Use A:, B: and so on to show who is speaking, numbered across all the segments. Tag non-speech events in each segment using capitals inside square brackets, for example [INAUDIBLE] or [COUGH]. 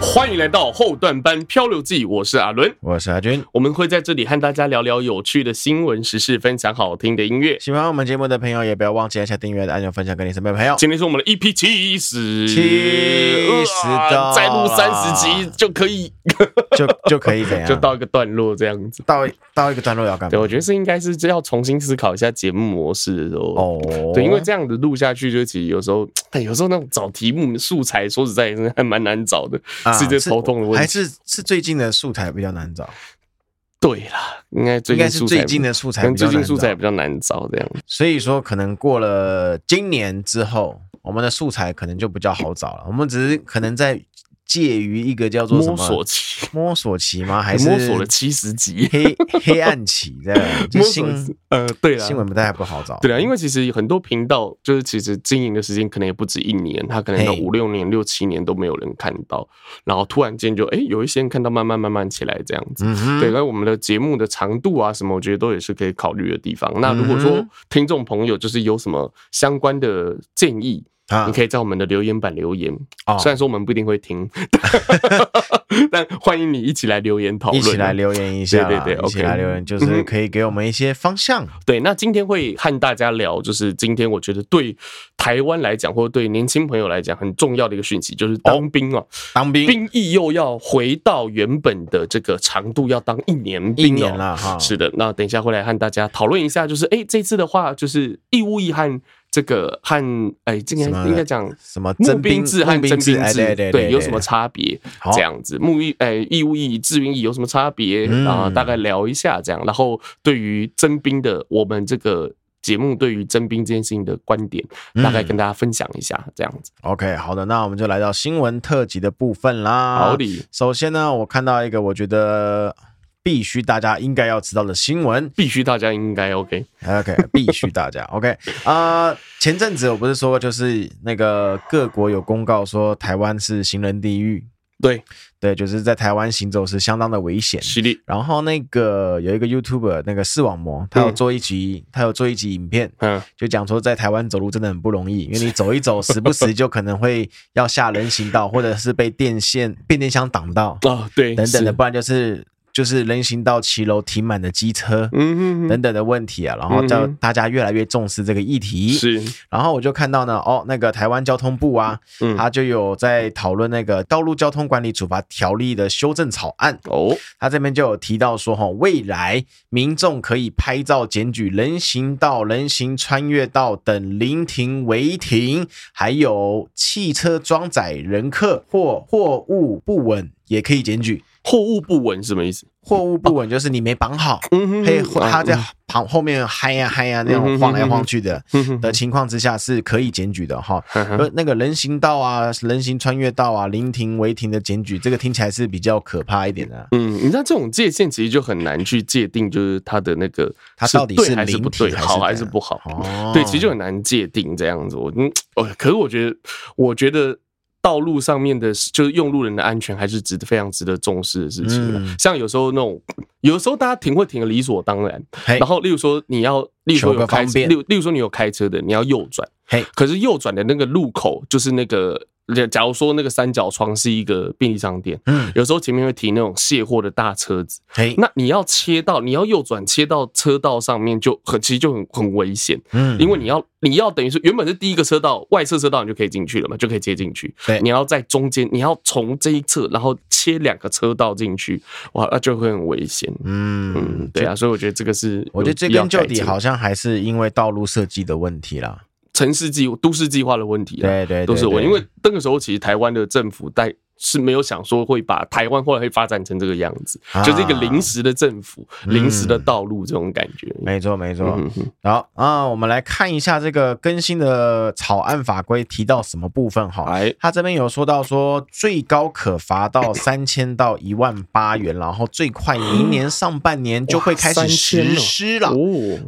A: 欢迎来到后段班漂流记，我是阿伦。
B: 我是阿军。
A: 我们会在这里和大家聊聊有趣的新闻时事，分享好听的音乐。
B: 喜欢我们节目的朋友，也不要忘记按下订阅的按钮，分享给你身边的朋友。
A: 今天是我们的 EP 七十，
B: 70
A: 哇再录
B: 到
A: 三十
B: 啦
A: 集就可以，
B: 就就可以怎样？
A: 就到一个段落这样子。
B: 到到一个段落要干
A: 对，
B: 嘛？
A: 我觉得是应该是这要重新思考一下节目模式哦。
B: 哦，
A: 对，因为这样子录下去，就其实有时候，哎，有时候那种找题目素材，说实在是还蛮难找的，
B: 啊
A: 是一个头痛的问
B: 还
A: 题。
B: 是是最近的素材比较难找，
A: 对啦，应该最
B: 应该
A: 近
B: 是
A: 素材
B: 最
A: 不
B: 近的素
A: 可
B: 材
A: 能
B: 比较
A: 最
B: 难找，
A: 近素材比较难找，这样。
B: 所以说可能过了今年之后，我们的素材可能就比较好找了。我们只是可能在介于一个叫做什么
A: 摸索期，
B: 摸索期吗？还是
A: 摸索了七十集，
B: 黑黑暗期
A: [LAUGHS]
B: 这样？就
A: 摸索
B: 新
A: 呃，对啦
B: 新，闻不太不好找。
A: 对啊，因为其实很多频道就是其实经营的时间可能也不止一年，它可能到
B: 嘿
A: 五六年、六七年都没有人看到，然后突然间就哎、有一些人看到慢慢慢慢起来这样子。
B: 嗯哼，
A: 对，那我们的节目的长度啊，什么，我觉得都也是可以考虑的地方。那如果说
B: 嗯
A: 听众朋友就是有什么相关的建议，
B: 啊
A: 你可以在我们的留言板留言。
B: 哦
A: 虽然说我们不一定会听， [LAUGHS] 但欢迎你一起来留言讨
B: 一
A: 论，
B: 起来留言一下啦，
A: 对对对
B: 一起
A: OK
B: 来留言就
A: 嗯
B: 是
A: 哼
B: 可以给我们一些方向。
A: 对，那今天会和大家聊，就是今天我觉得对台湾来讲，或者对年轻朋友来讲很重要的一个讯息，就是当兵啊，
B: 当哦兵哦
A: 兵役又要回到原本的这个长度，要当一年兵、哦、
B: 一年了哈，
A: 是的，那等一下会来和大家讨论一下，就是哎、这次的话就是义务役和这个和哎，这个
B: 什么
A: 应该讲。
B: 什么
A: 募
B: 征
A: 兵制和
B: 募
A: 征
B: 兵
A: 兵
B: 哎
A: 制
B: 对对对，
A: 有什么差别？
B: 好
A: 这样子，沐浴呃义务役、志愿役有什么差别？
B: 嗯
A: 然后大概聊一下这样。然后对于征兵的，我们这个节目对于征兵这件事情的观点，
B: 嗯
A: 大概跟大家分享一下这样子。
B: ？OK，好的，那我们就来到新闻特辑的部分啦。
A: 好的，
B: 首先呢，我看到一个我觉得必须大家应该要知道的新闻
A: 必须大家应该 OK，
B: ，OK，必 [LAUGHS] 须大家 OK 啊、前阵子我不是说过，就是那个各国有公告说台湾是行人地狱，
A: 对，
B: 对，就是在台湾行走是相当的危险，
A: 实力，
B: 然后那个有一个 YouTuber 那个视网膜，他有做一集，他有做一集影片，
A: 嗯，
B: 就讲说在台湾走路真的很不容易，因为你走一走，时不时就可能会要下人行道，或者是被电
A: [LAUGHS]
B: 线、变电箱挡到
A: 啊，对，
B: 等等的，
A: 是，
B: 不然就是就是人行道骑楼停满的机车。
A: 嗯哼哼，
B: 等等的问题啊，然后
A: 嗯
B: 叫
A: 哼
B: 大家越来越重视这个议题。
A: 是，
B: 然后我就看到呢，哦，那个台湾交通部啊，
A: 嗯，
B: 他就有在讨论那个《道路交通管理处罚条例》的修正草案。
A: 哦，
B: 他这边就有提到说，哈，未来民众可以拍照检举人行道、人行穿越道等临停、违停，还有汽车装载人客或货物不稳，也可以检举。
A: 货物不稳是什么意思？
B: 货物不稳就是你没绑好，
A: [LAUGHS] 嗯哼
B: 嘿，
A: 啊
B: 他在旁后面嗨呀嗨呀那种晃来晃去的
A: 嗯哼
B: 的情况之下是可以检举的哈。
A: 嗯哼
B: 呃，那个人行道啊、人行穿越道啊、临停、违停的检举，这个听起来是比较可怕一点的、
A: 嗯，你知道这种界限其实就很难去界定，就是它的那个
B: 它到底
A: 对
B: 是
A: 还是
B: 灵
A: 不
B: 体
A: 对，
B: 还是
A: 好还
B: 怎
A: 是
B: 样
A: 不好。
B: 哦
A: 对，其实就很难界定这样子。我嗯，哦，可是我觉得，我觉得道路上面的，就是用路人的安全，还是值得非常值得重视的事情啊、
B: 嗯
A: 像有时候那种，有时候大家停会停的理所当然，
B: 嘿
A: 然后例如说你要，例如说
B: 求
A: 有
B: 个
A: 开
B: 方
A: 车，
B: 便
A: 例如例如说你有开车的，你要右转，
B: 嘿，
A: 可是右转的那个路口就是那个，假如说那个三角窗是一个便利商店，
B: 嗯，
A: 有时候前面会停那种卸货的大车子，
B: 嘿，
A: 那你要切到，你要右转切到车道上面就很，其实就很很危险，
B: 嗯
A: 因为你要你要等于是原本是第一个车道外侧车道你就可以进去了嘛，就可以切进去，
B: 对
A: 你要在中间，你要从这一侧然后切两个车道进去，哇，那就会很危险。嗯
B: 嗯，，
A: 对啊，所以我觉得这个是有必要改进，
B: 我觉得追根究底好像还是因为道路设计的问题啦。
A: 城市计都市计划的问题啊，
B: 对对，对
A: 都是我，
B: 对
A: 因为那个时候其实台湾的政府在是没有想说会把台湾后来会发展成这个样子，
B: 啊
A: 就是一个临时的政府、
B: 嗯
A: 临时的道路这种感觉。
B: 没错没错。
A: 嗯哼
B: 好啊，我们来看一下这个更新的草案法规提到什么部分哈。
A: 哎，
B: 他这边有说到说最高可
A: [COUGHS]
B: 罚到三千到一万八元，然后最快明年上半年就会开
A: 哇
B: 始
A: 3000哦
B: 实施了。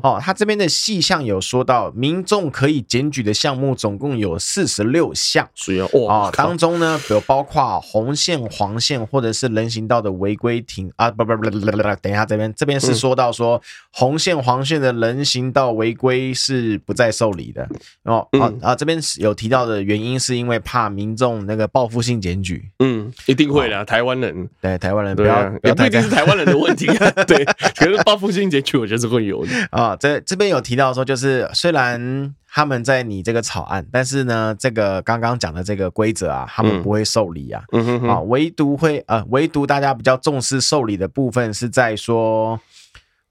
A: 哦，
B: 哦，他这边的细项有说到，民众可以检举的项目总共有四十六项。
A: 主要哇
B: 哦，
A: 靠
B: 当中呢有包括、好红线、黄线或者是人行道的违规停啊，不不不不不不，不等一下这边这边
A: 嗯
B: 是说到说红线、黄线的人行道违规是不再受理的哦啊
A: 嗯
B: 啊，这边是有提到的原因是因为怕民众那个报复性检举，
A: 嗯，一定会的，台湾人。
B: 对台湾人不
A: 对
B: 要
A: 啊，
B: 不
A: 也
B: 要
A: 不
B: 太
A: 一定是
B: 干
A: 台湾人的问题、
B: [LAUGHS]
A: 啊，对。可是报复性检举，我觉得是会有的。
B: 啊，这这边有提到说，就是虽然他们在拟这个草案，但是呢，这个刚刚讲的这个规则啊，他们
A: 嗯
B: 不会受理啊。
A: 嗯哼哼，
B: 啊，唯独会呃，唯独大家比较重视受理的部分是在说，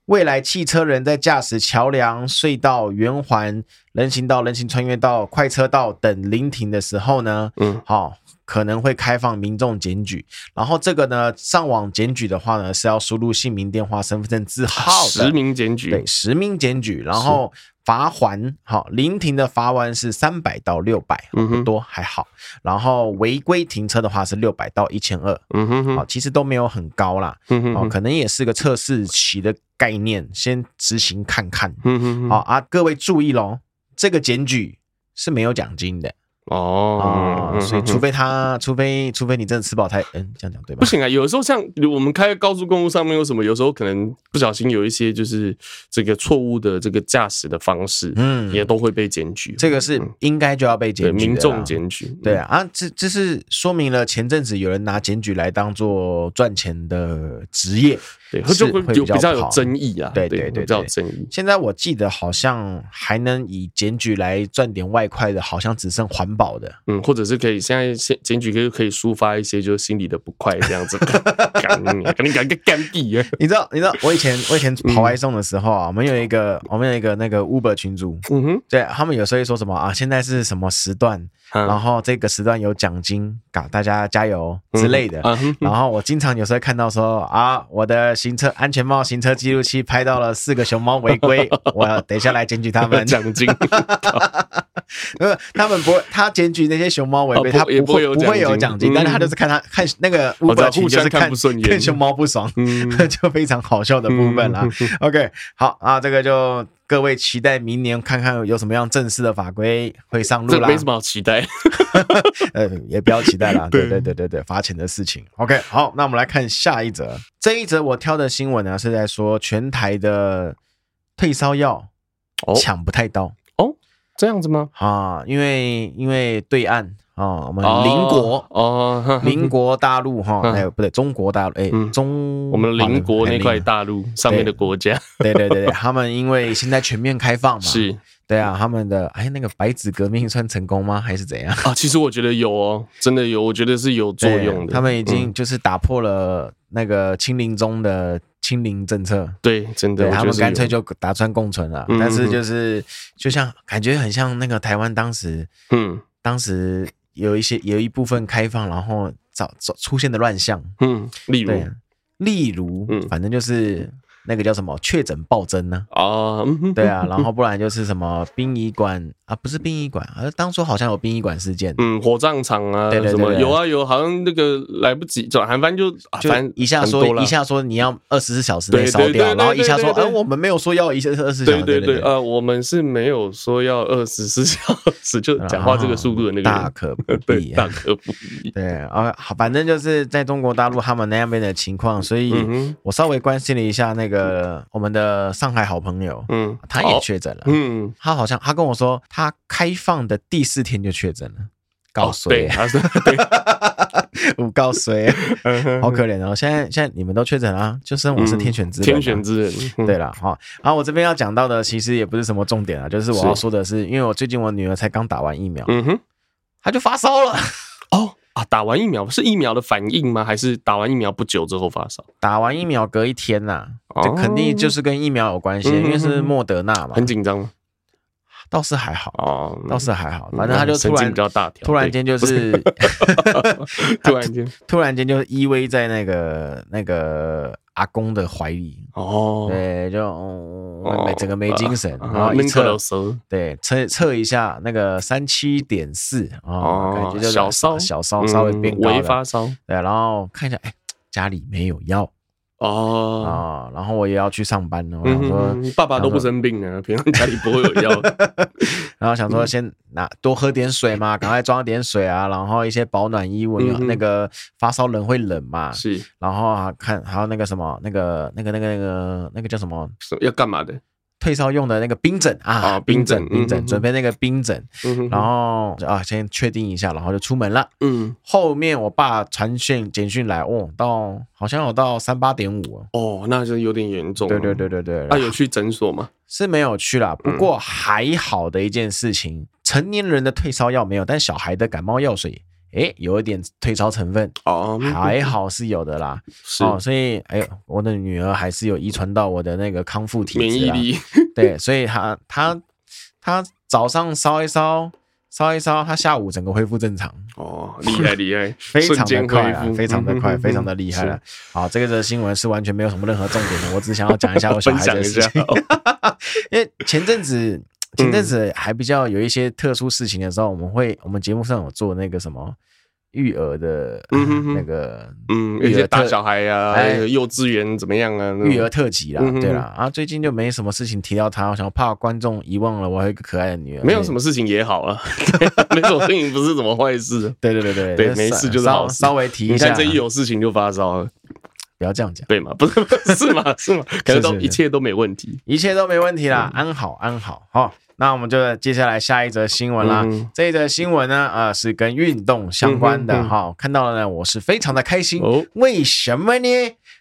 B: 未来汽车人在驾驶桥梁、隧道、圆环、人行道、人行穿越道、快车道等临停的时候呢，
A: 嗯，
B: 好、可能会开放民众检举。然后这个呢，上网检举的话呢，是要输入姓名、电话、身份证字号的
A: 实名检举
B: 对，，实名检举，然后罚还好，临停的罚完是三百到六百，
A: 嗯哼
B: 不多还好。然后违规停车的话是六百到一千二，
A: 嗯哼
B: 好，
A: 哼，
B: 其实都没有很高啦，
A: 嗯哼
B: 哦，
A: 哼，
B: 可能也是个测试期的概念，先执行看看。
A: 嗯哼哼，
B: 好啊，各位注意喽，这个检举是没有奖金的
A: 哦
B: 啊，，所以除
A: 非
B: 非他，除非除非你真的吃饱太，嗯，这样讲对
A: 嗯
B: 吧
A: 不？行啊，有时候像我们开高速公路上面有什么，有时候可能不小心有一些就是这个错误的这个驾驶的方式，
B: 嗯
A: 也都会被检举。
B: 这个是应该就要被检
A: 对
B: 举的啦，
A: 民众检举，
B: 对啊，啊，这这是说明了前阵子有人拿检举来当做赚钱的职业。
A: 对，就会
B: 是会
A: 有
B: 比较
A: 比较有
B: 跑
A: 争议啊，
B: 对对
A: 对
B: 对
A: 比较有
B: 对
A: 争议。
B: 现在我记得好像还能以检举来赚点外快的，好像只剩环保的。
A: 嗯，或者是可以现在检检举可以可以抒发一些就是心里的不快这样子， [LAUGHS] 干你啊，赶紧赶紧干地啊！
B: 你知道，你知道我以前我以前跑外送的时候啊，我们有一个我们有一个那个 Uber 群组，
A: 嗯哼，
B: 对他们有时候会说什么啊，现在是什么时段，然
A: 啊
B: 后这个时段有奖金，嘎大家加油之类的。
A: 啊 [LAUGHS] 哼。
B: 然后我经常有时候看到说啊，我的行车安全帽行车记录器拍到了四个熊猫违规，我等一下来检举他们
A: [LAUGHS] 奖
B: [LAUGHS]
A: 金，
B: 呃，他们不会，他检举那些熊猫违规，
A: 哦不
B: 他
A: 也不
B: 不
A: 会
B: 会
A: 有
B: 不会有
A: 奖
B: 奖
A: 金
B: 金，但
A: 嗯
B: 是
A: 哦
B: 他就是看他看那个
A: 我知道
B: Uber 群
A: 互
B: 就
A: 相
B: 是
A: 看不顺眼
B: 看熊猫不爽，
A: 嗯
B: [LAUGHS] 就非常好笑的部分啦。OK，好啊，这个就各位期待明年看看有什么样正式的法规会上路
A: 这
B: 啦。
A: 没什么好期待。
B: 呃，也不要
A: [LAUGHS]
B: 期待啦。
A: 对
B: 对对对对对，罚钱的事情。OK，好，那我们来看下一则。这一则我挑的新闻呢，是在说全台的退烧药
A: 哦
B: 抢不太到、
A: 这样子吗？
B: 啊，因为因为对岸啊，我们邻国。
A: 哦，哈哈
B: 邻国大陆哈，
A: 嗯
B: 哎、不对，中国大陆，哎、
A: 嗯
B: 中
A: 我们的邻国那块
B: 哎
A: 大陆上面的国家
B: 对对对对，他们因为现在全面开放嘛，，
A: 是
B: 对啊，他们的哎那个白纸革命算成功吗？还是怎样？
A: 啊，其实我觉得有哦，真的有，我觉得是有作
B: 对啊
A: 用的。
B: 他们已
A: 嗯
B: 经就是打破了那个清零中的清零政策，
A: 对，真的，我
B: 对
A: 觉
B: 他
A: 得
B: 们
A: 是
B: 干脆
A: 有
B: 就打算共存了。
A: 嗯
B: 但是
A: 嗯
B: 就是就像感觉很像那个台湾当时，
A: 嗯
B: 当时有一些有一部分开放，然后早早出现的乱象，
A: 嗯，例如
B: 对，例如
A: 嗯
B: 反正就是那个叫什么确诊暴增呢。
A: 啊，嗯哼 [LAUGHS]
B: 对啊，然后不然就是什么殡仪馆啊，不是殡仪馆，而当初好像有殡仪馆事件，
A: 嗯，火葬场啊，
B: 对对
A: 什
B: 对
A: 么
B: 对
A: 有啊有，好像那个来不及转，韩翻就啊
B: 就
A: 反正
B: 一下
A: 很
B: 说
A: 多啦
B: 一下说你要二十四小时内烧
A: 对对对
B: 掉，然后
A: 对对
B: 一下说，
A: 对对
B: 呃，我们没有说要一下二十四小
A: 对对
B: 时，
A: 对，呃，我们是没有说要二十四小时，就讲话这个速度的那个
B: 啊大
A: 人， [LAUGHS]
B: 可不
A: 对，
B: 必
A: 大
B: 啊。
A: 可不必。
B: 对啊，好，反正就是在中国大陆他们那边的情况，所以
A: 嗯哼
B: 我稍微关心了一下那个我们的上海好朋友，
A: 嗯，
B: 他也
A: 好，
B: 确诊了。
A: 嗯，
B: 他好像他跟我说，他开放的第四天就确诊了，告
A: 哦，
B: 诉
A: 对，他说
B: [LAUGHS] 我告诉你，
A: 对，
B: 好可怜哦。现在现在你们都确诊啦，就剩我是
A: 嗯
B: 天选之人啊
A: 天选之人，嗯
B: 对，了哈，然后我这边要讲到的其实也不是什么重点啊，就是我要说的是，因为我最近我女儿才刚打完疫苗，
A: 嗯哼，
B: 她就发烧了。
A: 哦啊，打完疫苗是疫苗的反应吗？还是打完疫苗不久之后发烧？
B: 打完疫苗隔一天呐、
A: 哦
B: 这肯定就是跟疫苗有关系，
A: 嗯
B: 因为是莫德纳嘛
A: 哦很，紧张吗？
B: 倒是还好，
A: 哦，
B: 倒是还好，反正她就
A: 神
B: 突
A: 经比
B: 然
A: 较大条，
B: 突然间就是，
A: [LAUGHS] 对， [LAUGHS] 突然间，
B: [LAUGHS] 突然间就依偎在那个那个阿公的怀里，
A: 哦，啊
B: 对，就嗯
A: 哦
B: 没整个没精神，然后
A: 闷
B: 一
A: 克
B: 测
A: 老舌，
B: 对，测测一下那个三七点四啊，
A: 哦
B: 感觉就是啊
A: 小烧
B: 小烧稍微变
A: 嗯
B: 高
A: 微
B: 了，
A: 发烧，
B: 对，然后看一下，哎，家里没有药
A: 哦，
B: 啊，然后我也要去上班了，我想
A: 嗯
B: 说，
A: 哼，爸爸都不生病啊，平常家里不会有药。
B: [LAUGHS] 然后想
A: 嗯
B: 说先拿多喝点水嘛，赶快装点水啊，然后一些保暖衣物，
A: 嗯
B: 因为
A: 哼
B: 那个发烧人会冷嘛，
A: 是
B: 然后啊看还有那个什么那个那个那个那个那个叫什么
A: 什要干嘛的？
B: 退烧用的那个冰枕啊，
A: 啊冰枕
B: 冰
A: 嗯
B: 枕，
A: 嗯
B: 准备那个冰枕，
A: 嗯哼
B: 然后啊先确定一下，然后就出门了。
A: 嗯，
B: 后面我爸传讯简讯来，哦，到好像有到三八点五，
A: 哦，那就有点严重。
B: 对对，对对对，
A: 他有去诊所吗？
B: 是没有去啦，不
A: 嗯
B: 过还好的一件事情，成年人的退烧药没有，但小孩的感冒药水，诶，有一点退烧成分，
A: 哦，
B: 还好是有的啦。
A: 是
B: 哦，所以哎呦，我的女儿还是有遗传到我的那个康复体质啊
A: 免疫
B: 啦。
A: 力。
B: 对，所以她她她早上烧一烧，烧一烧，她下午整个恢复正常，
A: 哦，
B: [LAUGHS]
A: 厉害厉害，
B: 非
A: 瞬
B: 常的
A: 间
B: 快
A: 恢
B: 啊
A: 复，，
B: 非常的快，
A: 嗯哼
B: 非常的厉害了。好，这个的新闻是完全没有什么任何重点的，我只想要讲
A: [LAUGHS]
B: 一下我啊小
A: 分
B: 孩
A: 享
B: 的
A: 一
B: 事
A: 下哦嗯
B: 情。 [LAUGHS] 因为前阵
A: [LAUGHS]
B: 子前阵子还比较有一些特殊事情的时候，我们会我们节目上有做那个什么育儿的、
A: 嗯哼哼
B: 那个
A: 嗯，有
B: 育
A: 些
B: 儿
A: 大
B: 特
A: 小孩呀、
B: 哎
A: 幼稚园怎么样啊？那种
B: 育儿特辑啦，
A: 嗯哼哼
B: 对啦，啊，最近就没什么事情提到他，我想怕观众遗忘了我还有一个可爱的女儿，
A: 没有什么事情也好啊， [LAUGHS] 没种事情不是什么坏事。啊
B: 对。对对对
A: 对
B: 就
A: 没
B: 稍
A: 事就是
B: 稍
A: 好事
B: 稍微提一
A: 你
B: 下，
A: 看，这一有事情就发烧了，
B: 不要这样讲，
A: 对吗？不 [LAUGHS] 是，是
B: [LAUGHS]
A: 吗？是吗？可能都
B: 是是
A: 一切都没问题。
B: 一切都没问题
A: 嗯
B: 啦，安好安好，好，那我们就接下来下一则新闻啦。
A: 嗯
B: 这一则新闻呢，呃，是跟运动相关的
A: 嗯哼
B: 哈、看到了呢，我是非常的开心。
A: 哦，
B: 为什么呢？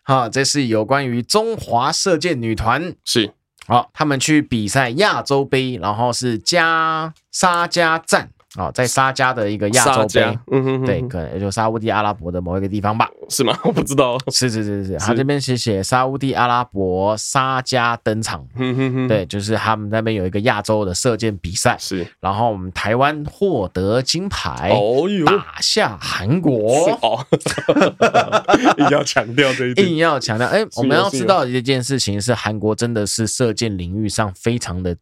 B: 哈、这是有关于中华射箭女团，
A: 是
B: 好、他们去比赛亚洲杯，然后是加沙加站，哦，在沙加的一个亚洲
A: 沙
B: 杯
A: 加，，嗯哦哼哼
B: 对，
A: 哼
B: 可能也就沙乌地阿拉伯的某一个地方吧。
A: 是吗？ [LAUGHS] 我不知道。
B: 是是是是，他这边是写沙乌地阿拉伯沙加登场，
A: 嗯哼哼，，
B: 对，就是他们那边有一个亚洲的射箭比赛，
A: 是
B: 然后我们台湾获得金牌，
A: 哦哟，
B: 哎打下韩
A: 是
B: 国。
A: 哦， [LAUGHS] 一定要强调这一
B: 硬
A: 点。
B: 要强调，哎、我们
A: 是有
B: 要
A: 是
B: 知
A: 有
B: 道一件事情是，韩国真的是射箭领域上非常的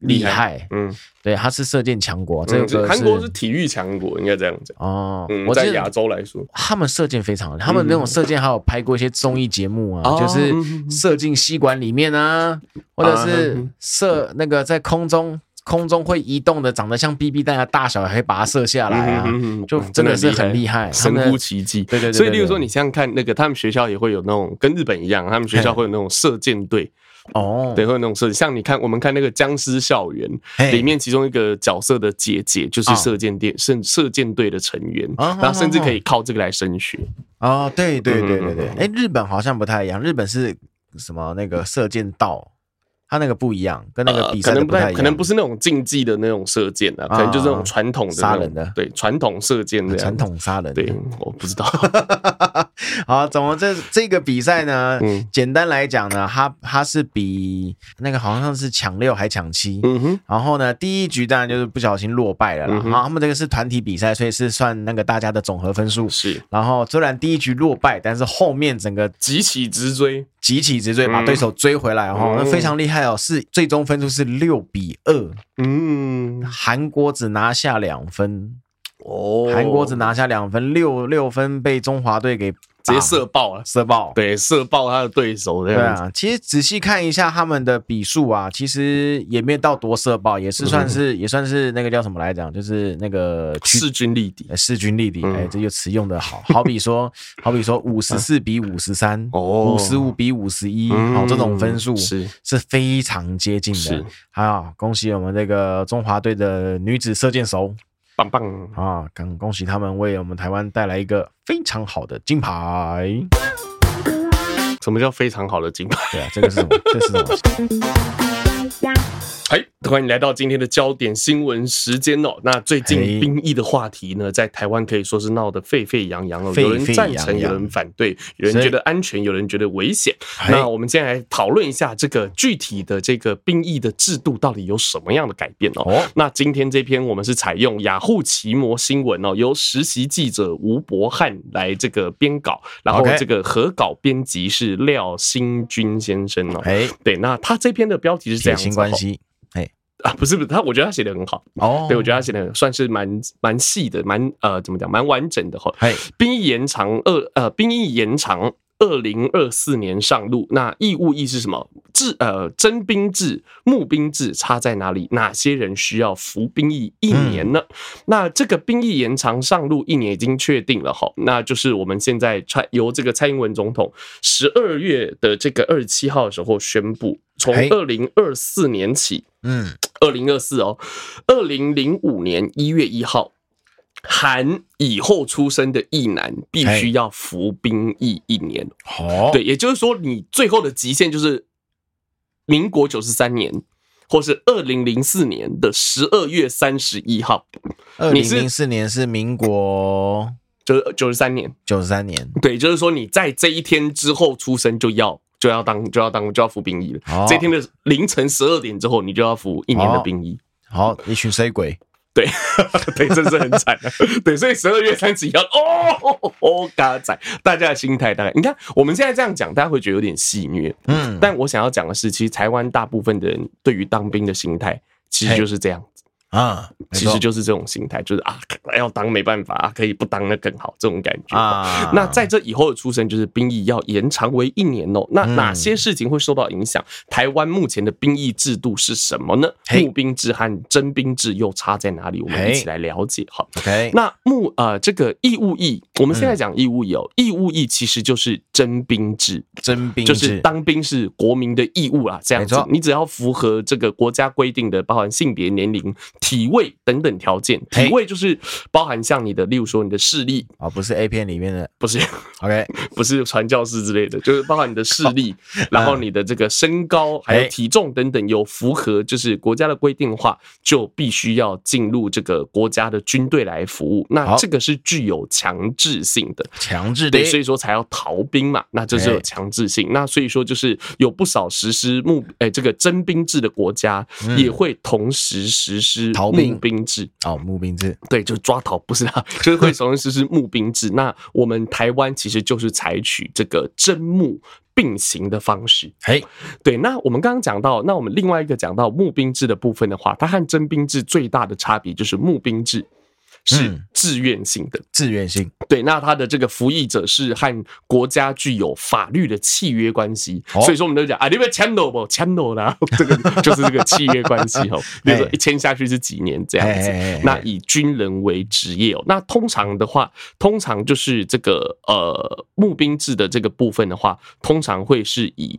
B: 厉害，
A: 嗯，
B: 对，它是射箭强国，这
A: 嗯
B: 个
A: 韩国是体育强国，应该这样讲。
B: 哦，
A: 嗯，
B: 我
A: 在
B: 记得
A: 亚洲来说，
B: 他们射箭非常，他们那种射箭还有拍过一些综艺节目啊，
A: 哦
B: 就是
A: 嗯嗯嗯
B: 射进吸管里面啊，或者
A: 啊嗯
B: 是
A: 嗯
B: 射那个在空中空中会移动的，长得像 BB 弹的大小，还可以把它射下来啊，
A: 嗯哦哼哼
B: 就真的是很厉害，他
A: 神
B: 们
A: 乎
B: 的
A: 其技。
B: 对对对对
A: 所以，例如
B: 对
A: 说，你想想看，那个他们学校也会有那种跟日本一样，他们学校会有那种射箭队，
B: 哦，
A: 对，会有那种射。像你看，我们看那个《僵尸校园
B: 嘿》
A: 里面，其中一个角色的姐姐就是
B: 哦
A: 射箭队射射箭队的成员，
B: 哦
A: 然后甚至可以靠这个来升学。
B: 哦，对对对对对，
A: 嗯嗯嗯
B: 哎、日本好像不太一样，日本是什么那个射箭道，它那个不一样，跟那个
A: 呃
B: 比
A: 可
B: 赛的
A: 能
B: 不太一样，
A: 可能不是那种竞技的那种射箭啊，可能就是那
B: 啊
A: 种传统的
B: 杀
A: 那种
B: 人的啊
A: 对，传统射箭的
B: 传。统杀人，
A: 对，我不知道。
B: [LAUGHS] 好，总之这这个比赛呢，
A: 嗯
B: 简单来讲呢，它它是比那个好像是抢六还抢七。
A: 嗯哼，
B: 然后呢，第一局当然就是不小心落败了啦。
A: 嗯哼
B: 然后他们这个是团体比赛，所以是算那个大家的总和分数。
A: 是
B: 然后虽然第一局落败，但是后面整个
A: 急起直追，
B: 集体直追把
A: 嗯
B: 对手追回来，哦，那
A: 嗯
B: 非常厉害哦，是最终分数是六比二，
A: 嗯，
B: 韩国只拿下两分，
A: 哦
B: 韩国只拿下两分，六六分被中华队给
A: 直接
B: 打
A: 射爆了。
B: 射爆，
A: 对，射爆他的对手这
B: 对
A: 样子。
B: 啊，其实仔细看一下他们的比数啊，其实也没有到多社爆，
A: 嗯
B: 也是算是、也算是那个叫什么来讲，就是那个区
A: 势均力敌
B: 呃势均力敌。哎、
A: 嗯
B: 这个词用的好，好比说，好
A: [LAUGHS]
B: 比说五十四比五十三，
A: 哦
B: 五十五比五十一，
A: 嗯
B: 好，这种分数
A: 是
B: 是非常接近的
A: 是。
B: 好，恭喜我们这个中华队的女子射箭手
A: 棒棒。
B: 啊，刚恭喜他们为我们台湾带来一个非常好的金牌。
A: 什么叫非常好的金牌？
B: 对啊，这个是什么？这是什么？
A: [LAUGHS] 哎，欢迎来到今天的焦点新闻时间哦。那最
B: 嘿
A: 近兵役的话题呢，在台湾可以说是闹得沸沸扬扬哦，
B: 沸
A: 有人
B: 沸
A: 赞
B: 扬
A: 成，有
B: 扬
A: 人反对，有人
B: 是
A: 觉得安全，有人觉得危险。
B: 哎
A: 那我们先来讨论一下这个具体的这个兵役的制度到底有什么样的改变哦。
B: 哦，
A: 那今天这篇我们是采用雅虎奇摩新闻哦，由实习记者吴博翰来这个编稿，然后
B: OK
A: 这个合稿编辑是廖新军先生哦。
B: 哎，
A: 对，那他这篇的标题是这
B: 血
A: 样子、
B: 亲
A: 哦，
B: 关系
A: 啊，不是不是，他我觉得他写的很好，
B: 哦
A: 对我觉得他写的算是蛮蛮细的，蛮呃怎么讲，蛮完整的哈、
B: 嘿
A: 兵役延长二呃，兵役延长二零二四年上路。那义务役是什么？制呃征兵制、募兵制差在哪里？哪些人需要服兵役一年呢？那这个兵役延长上路一年已经确定了哈，那就是我们现在蔡由这个蔡英文总统十二月的这个二十七号的时候宣布，从
B: 嘿
A: 二零二四年起，
B: 嗯，
A: 二零二四哦，二零零五年一月一号，含以后出生的役男必须要服兵役一年。
B: 好，
A: 对，也就是说，你最后的极限就是民国九十三年，或是二零零四年的十二月三十一号，
B: 二
A: 你
B: 零
A: 是
B: 零四年是民国
A: 就是九十三年。
B: 九十三年，
A: 对，就是说你在这一天之后出生就要。就要当就要当就要服兵役了。
B: 哦
A: 这一天的凌晨十二点之后，你就要服一年的
B: 哦
A: 兵役。
B: 好，一群衰鬼，
A: [LAUGHS] 对，真是很惨的。对，所以十二月三十一号，哦，哦，嘎仔，大家的心态大概，你看我们现在这样讲，大家会觉得有点戏谑。
B: 嗯，
A: 但我想要讲的是，其实台湾大部分的人对于当兵的心态，其实就是这样子，
B: 啊，没
A: 其
B: 错
A: 实就是这种心态，就是啊，要当没办法啊，可以不当那更好，这种感觉。
B: 啊，
A: 那在这以后的出生，就是兵役要延长为一年哦。那
B: 嗯
A: 哪些事情会受到影响？台湾目前的兵役制度是什么呢？
B: 嘿
A: 募兵制和征兵制又差在哪里？我们
B: 嘿
A: 一起来了解好。
B: OK，
A: 那募呃这个义务役，我们现在讲义务役哦，义务役其实就是征兵制，
B: 征嗯兵
A: 就是当兵是国民的义务啊啦，这样
B: 没
A: 子
B: 错，
A: 你只要符合这个国家规定的，包含性别、年龄、体位等等条件。
B: 嘿
A: 体位就是包含像你的，例如说你的视力，
B: 啊，不是 A 片里面的
A: 不是
B: OK，
A: 不是传教士之类的， [LAUGHS] 就是包含你的视
B: [LAUGHS]
A: 力，然后你的这个身高还
B: 嗯哎
A: 有体重等等，有符合就是国家的规定的话，就必须要进入这个国家的军队来服务。
B: 好
A: 那这个是具有强制性的。
B: 强制的
A: 对，，所以说才要逃兵嘛，那这是有
B: 哎
A: 强制性。那所以说，就是有不少实施募诶、这个征兵制的国家，
B: 嗯
A: 也会同时实施
B: 逃兵
A: 募兵制。
B: 哦，募兵制，
A: 对，就是抓逃不是啦， [LAUGHS] 就是会首先实施募兵制。那我们台湾其实就是采取这个征募并行的方式。
B: 嘿，
A: 对，那我们刚刚讲到，那我们另外一个讲到募兵制的部分的话，它和征兵制最大的差别就是募兵制是
B: 嗯
A: 自愿性的。
B: 自愿性，
A: 对，那他的这个服役者是和国家具有法律的契约关系，
B: 哦
A: 所以说我们都讲啊，你们签了不签了啦， [LAUGHS] 这个就是这个契约关系
B: [LAUGHS] 哎
A: 哦，比如说一签下去是几年这样子
B: 嘿嘿嘿。
A: 那以军人为职业哦，那通常的话，通常就是这个呃募兵制的这个部分的话，通常会是以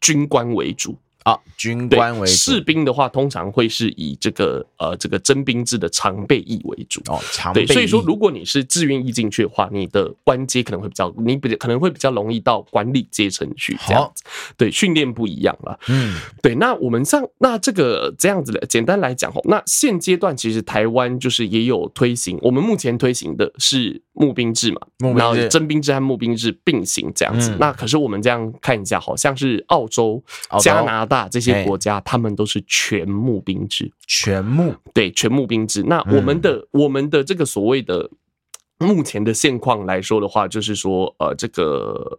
A: 军官为主，
B: 啊，军
A: 对
B: 官为主
A: 士兵的话，通常会是以这个呃这个征兵制的常备役为主。
B: 哦，常备
A: 对，
B: 役，
A: 所以说如果你是自愿意进去的话，你的官阶可能会比较，你比可能会比较容易到管理阶层去这样
B: 好
A: 子。对，训练不一样了。
B: 嗯，
A: 对，那我们上那这个这样子的，简单来讲哦，那现阶段其实台湾就是也有推行，我们目前推行的是募兵制嘛，
B: 募兵制
A: 然后征兵制和募兵制并行这样子。
B: 嗯
A: 那可是我们这样看一下，好像是澳洲、
B: 澳洲
A: 加拿大这
B: 哎
A: 些国家，他们都是全募兵制。
B: 全募
A: 对，全募兵制。那我们
B: 嗯
A: 的、我们的这个所谓的目前的现况来说的话，就是说，呃，这个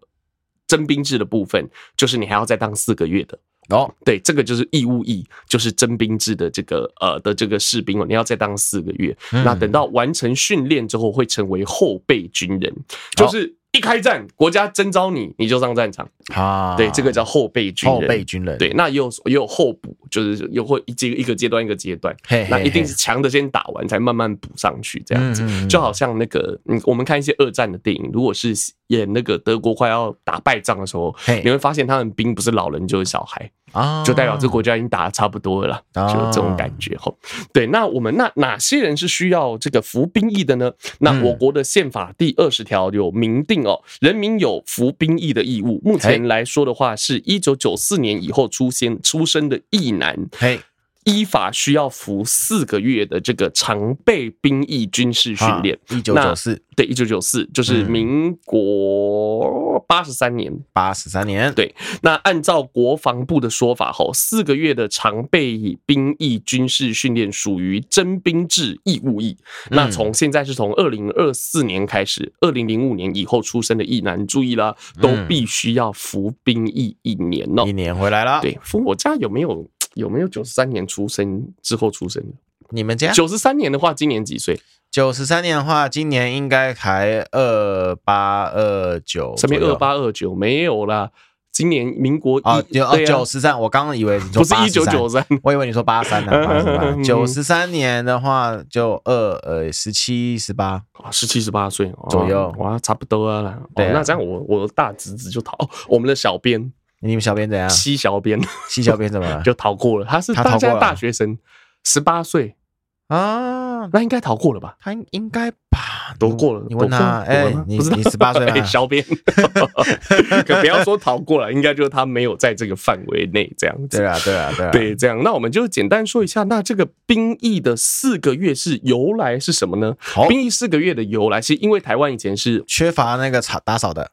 A: 征兵制的部分，就是你还要再当四个月的。
B: 哦，
A: 对，这个就是义务役，就是征兵制的这个呃的这个士兵哦，你要再当四个月。
B: 嗯
A: 那等到完成训练之后，会成为后备军人，就是一开战，国家征召你，你就上战场。
B: 啊，
A: 对，这个叫后备军人。
B: 后备军人，
A: 对，那也有也有后补，就是有会一阶一个阶段一个阶段
B: 嘿嘿，
A: 那一定是强的先打完，才慢慢补上去这样子
B: 嗯嗯嗯。
A: 就好像那个，嗯，我们看一些二战的电影，如果是演那个德国快要打败仗的时候
B: 嘿，
A: 你会发现他们兵不是老人就是小孩，
B: 啊，
A: 就代表这个国家已经打的差不多了啦，
B: 啊
A: 就有这种感觉吼。对，那我们那哪些人是需要这个服兵役的呢？那我国的宪法第二十条有明定哦，人民有服兵役的义务。目前来说的话，是一九九四年以后出现出生的役男，
B: 嘿，
A: 依法需要服四个月的这个常备兵役军事训练。
B: 啊一九九四
A: 对，一九九四就是
B: 嗯
A: 民国八十三年，
B: 八十三年，
A: 对那按照国防部的说法，吼，四个月的常备兵役军事训练属于征兵制义务役。
B: 嗯
A: 那从现在是从二零二四年开始，二零零五年以后出生的役男，注意啦，都
B: 嗯
A: 必须要服兵役一年哦
B: 一。年回来了，，
A: 对，服我家有没有有没有九十三年出生之后出生的？
B: 你们家
A: 九十三年的话，今年几岁？
B: 九十三年的话，今年应该还二八二九，
A: 上面二八二九没有啦。今年民国一
B: 啊，
A: 对
B: 九
A: 啊
B: 哦九十三，我刚刚以为你说
A: 不是一九九
B: 83，
A: 三，
B: 我以为你说八
A: [LAUGHS]
B: 三
A: 嗯
B: 呢。
A: 嗯
B: 九十三年的话，就二呃十七十八，
A: 啊十七十八岁哦
B: 左右
A: 哇，差不多啦。哦
B: 对啊
A: 那这样我我大侄子就逃，哦我们的小编
B: 你们小编怎样？
A: 西小编
B: 西小编怎么了？
A: [LAUGHS] 就逃过了，他是
B: 啊他逃过
A: 大家
B: 了
A: 大学生，十八岁，
B: 啊，
A: 那应该逃过了吧？
B: 他应应该吧，
A: 躲过了，
B: 你问他，
A: 躲过了
B: 哎
A: 躲过了，
B: 你
A: 不知道
B: 你十八
A: [LAUGHS]
B: 岁啊
A: 哎
B: 吗？
A: 小编，可不要说逃过了，应该就是他没有在这个范围内这样子
B: 对。啊，对啊，对啊，
A: 对，这样，那我们就简单说一下，那这个兵役的四个月是由来是什么呢？
B: 好，
A: 兵役四个月的由来是因为台湾以前是
B: 缺乏那个打打扫的，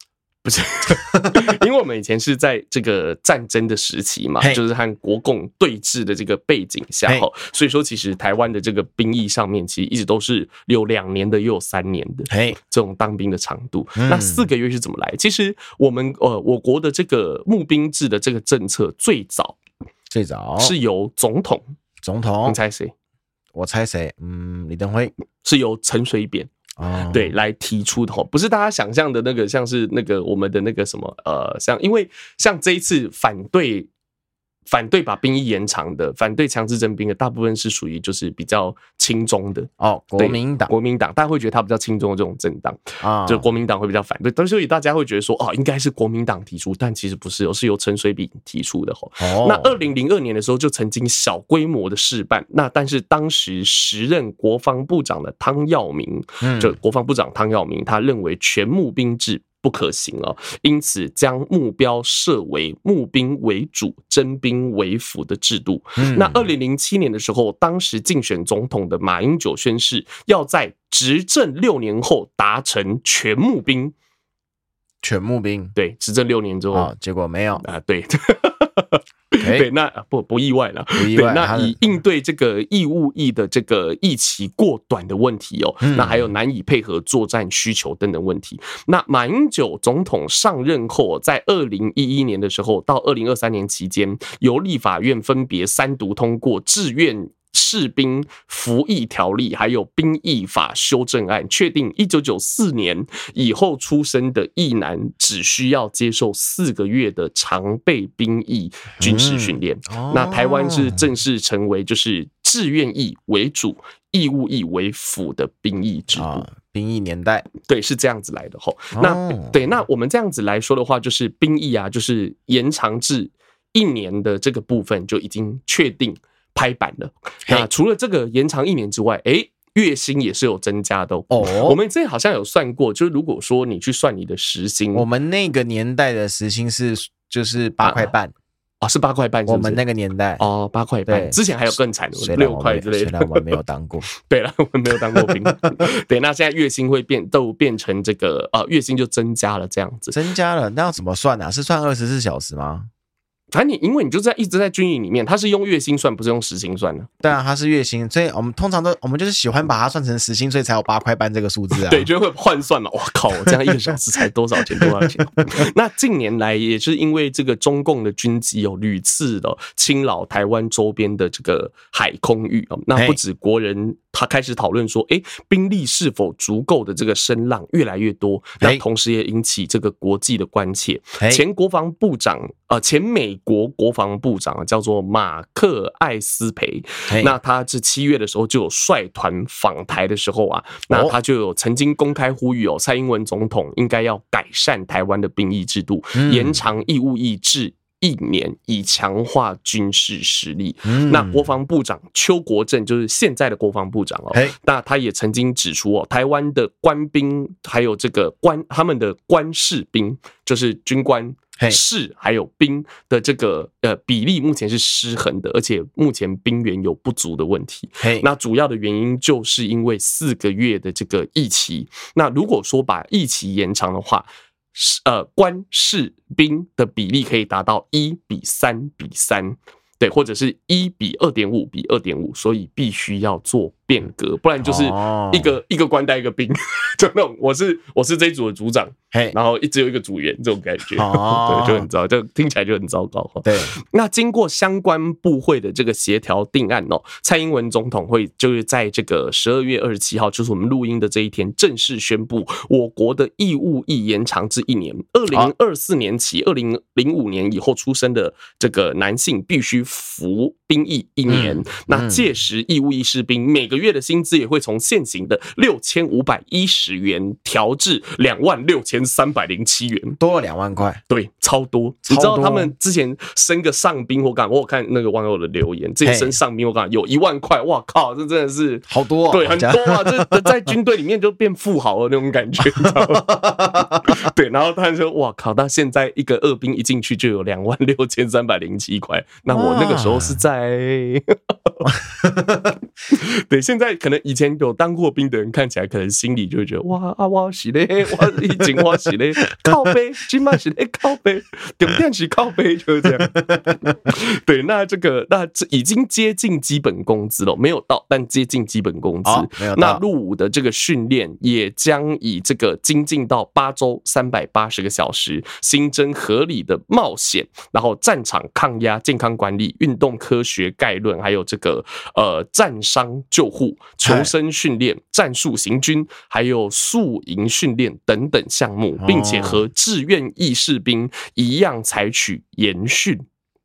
A: 因为我们以前是在这个战争的时期嘛
B: 嘿，
A: 就是和国共对峙的这个背景下
B: 嘿
A: 哈，所以说其实台湾的这个兵役上面，其实一直都是有两年的，也有三年的。
B: 嘿，
A: 这种当兵的长度，
B: 嗯
A: 那四个月是怎么来？其实我们呃，我国的这个募兵制的这个政策，最早
B: 最早
A: 是嗯由总统，
B: 总统
A: 你，猜谁？
B: 我猜谁？嗯，李登辉
A: 是由陈水扁
B: 哦，
A: 对，来提出的哦，不是大家想象的那个，像是那个我们的那个什么呃，像因为像这一次反对反对把兵役延长的，反对强制征兵的，大部分是属于就是比较轻中的
B: 哦，国
A: 对
B: 民党
A: 国民党大家会觉得他比较轻中的这种政党，
B: 啊，
A: 就国民党会比较反对，但所以大家会觉得说哦，应该是国民党提出，但其实不是哦，是由陈水扁提出的吼。
B: 哦，
A: 那二零零二年的时候就曾经小规模的试办，那但是当时时任国防部长的汤耀明，
B: 嗯
A: 就国防部长汤耀明，他认为全募兵制。不可行哦，因此将目标设为募兵为主、征兵为辅的制度。
B: 嗯
A: 那二零零七年的时候，当时竞选总统的马英九宣誓，要在执政六年后达成全募兵。
B: 全募兵
A: 对，执政六年之后
B: 啊
A: 啊、，
B: 结果没有，
A: 对，[LAUGHS]
B: 哎
A: 对，，那啊不不意外了。
B: 不意
A: 对，
B: 外，他
A: 那以应对这个义务役的这个役期过短的问题哦，
B: 嗯
A: 那还有难以配合作战需求等等问题。那马英九总统上任后，在二零一一年的时候到二零二三年期间，由立法院分别三读通过志愿。士兵服役条例还有兵役法修正案，确定一九九四年以后出生的役男只需要接受四个月的常备兵役军事训练。
B: 哦
A: 那台湾是正式成为就是志愿役为主、义务役为辅的兵役制度，
B: 啊，兵役年代，
A: 对，是这样子来的吼。那
B: 哦
A: 对，那我们这样子来说的话，就是兵役啊，就是延长至一年的这个部分就已经确定拍板了。
B: 嘿
A: 那除了这个延长一年之外，诶，月薪也是有增加的哦。
B: 哦，
A: 我们这好像有算过，就是如果说你去算你的时薪，
B: 我们那个年代的时薪是就是八块半，
A: 啊是八块半是不
B: 我
A: 是，
B: 们那个年代
A: 哦八块半，
B: 对
A: 之前还有更惨的
B: 虽然
A: 六
B: 我
A: 块
B: 没
A: 之类
B: 虽
A: 的。
B: 然我没有当过，
A: [LAUGHS] 对了，我没有当过兵。 [LAUGHS] 对，那现在月薪会变，都变成这个呃，月薪就增加了这样子。
B: 增加了，那要怎么算呢、啊？是算二十四小时吗？
A: 反正你因为你就在一直在军营里面，他是用月薪算，不是用时薪算的。
B: 当然它是月薪，所以我们通常都我们就是喜欢把它算成时薪，所以才有八块半这个数字啊。
A: [LAUGHS] 对，就会换算嘛。我靠，我这样一个小时才多少钱？多少钱？ [LAUGHS] 那近年来也是因为这个中共的军机有屡次的侵扰台湾周边的这个海空域哦，那不止国人。他开始讨论说，诶，兵力是否足够的这个声浪越来越多，那
B: 哎
A: 同时也引起这个国际的关切。
B: 哎，
A: 前国防部长，呃，前美国国防部长啊叫做马克·艾斯培，
B: 哎
A: 那他是七月的时候就有率团访台的时候啊，
B: 哦
A: 那他就有曾经公开呼吁哦，蔡英文总统应该要改善台湾的兵役制度，
B: 嗯
A: 延长义务役制一年，以强化军事实力。
B: 嗯
A: 那国防部长邱国正就是现在的国防部长哦
B: 嘿，
A: 那他也曾经指出哦，台湾的官兵还有这个官他们的官士兵，就是军官
B: 嘿
A: 士还有兵的这个呃比例目前是失衡的，而且目前兵源有不足的问题。
B: 嘿
A: 那主要的原因就是因为四个月的这个疫期。那如果说把疫期延长的话，是呃官士兵的比例可以达到一比三比三，对，或者是一比二点五比二点五，所以必须要做兵变革，不然就是
B: 哦
A: 一个、一个官带一个兵， [LAUGHS] 就那种我是我是这一组的组长，
B: 嘿，
A: 然后一只有一个组员这种感觉，
B: 哦
A: [LAUGHS] 对，就很糟，就听起来就很糟糕。
B: 对，
A: [LAUGHS] 那经过相关部会的这个协调定案哦，蔡英文总统会就是在这个十二月二十七号，就是我们录音的这一天，正式宣布我国的义务役延长至一年，二零二四年起，二零零五年以后出生的这个男性必须服兵役一年。
B: 嗯
A: 那届时义务役士兵每个月的薪资也会从现行的六千五百一十元调至两万六千三百零七元。
B: 多了两万块，
A: 对，超多。
B: 超多
A: 你
B: 啊
A: 知道他们之前升个上兵或干嘛？我有看那个网友的留言，之前升上兵或干嘛有一万块，哇靠，这真的是。
B: 好多、哦，
A: 对，很
B: 这
A: 多
B: 样
A: 啊，这 [LAUGHS] 在军队里面就变富豪了那种感觉，你知道
B: [LAUGHS]
A: 吗？对，然后他就说：“哇靠！”到现在一个二兵一进去就有两万六千三百零七块，那我那个时候是在， [LAUGHS] 对，现在可能以前有当过兵的人看起来，可能心里就会觉得：“哇啊，哇是嘞，哇一斤哇是嘞，靠背，今麦是嘞靠背，点电是靠背，就是这样。”对，那这个那这已经接近基本工资了，没有到，但接近基本工资。
B: 哦没有到
A: 那入伍的这个训练也将以这个精进到八周三百八十个小时，新增合理的冒险，然后战场抗压、健康管理、运动科学概论，还有这个呃战伤救护、
B: 哎
A: 求生训练、战术行军，还有宿营训练等等项目，并且
B: 哦
A: 和志愿役士兵一样采取严训。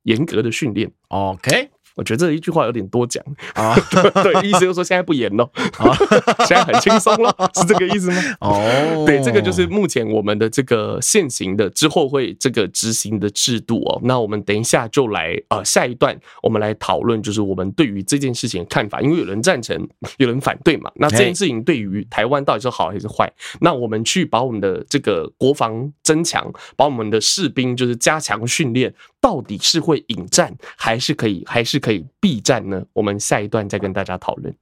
A: 严格的训练，
B: OK
A: 我觉得这一句话有点多讲，
B: 啊， [LAUGHS]
A: [LAUGHS] 对，意思就是说现在不严了， [LAUGHS] 现在很轻松了，是这个意思吗？
B: 哦，
A: 对，这个就是目前我们的这个现行的之后会这个执行的制度哦。那我们等一下就来呃下一段我们来讨论，就是我们对于这件事情的看法，因为有人赞成， [LAUGHS] 有人反对嘛。那这件事情对于台湾到底是好还是坏？那我们去把我们的这个国防增强，把我们的士兵就是加强训练，到底是会引战，还是可以还是可以避战呢？我们下一段再跟大家讨论。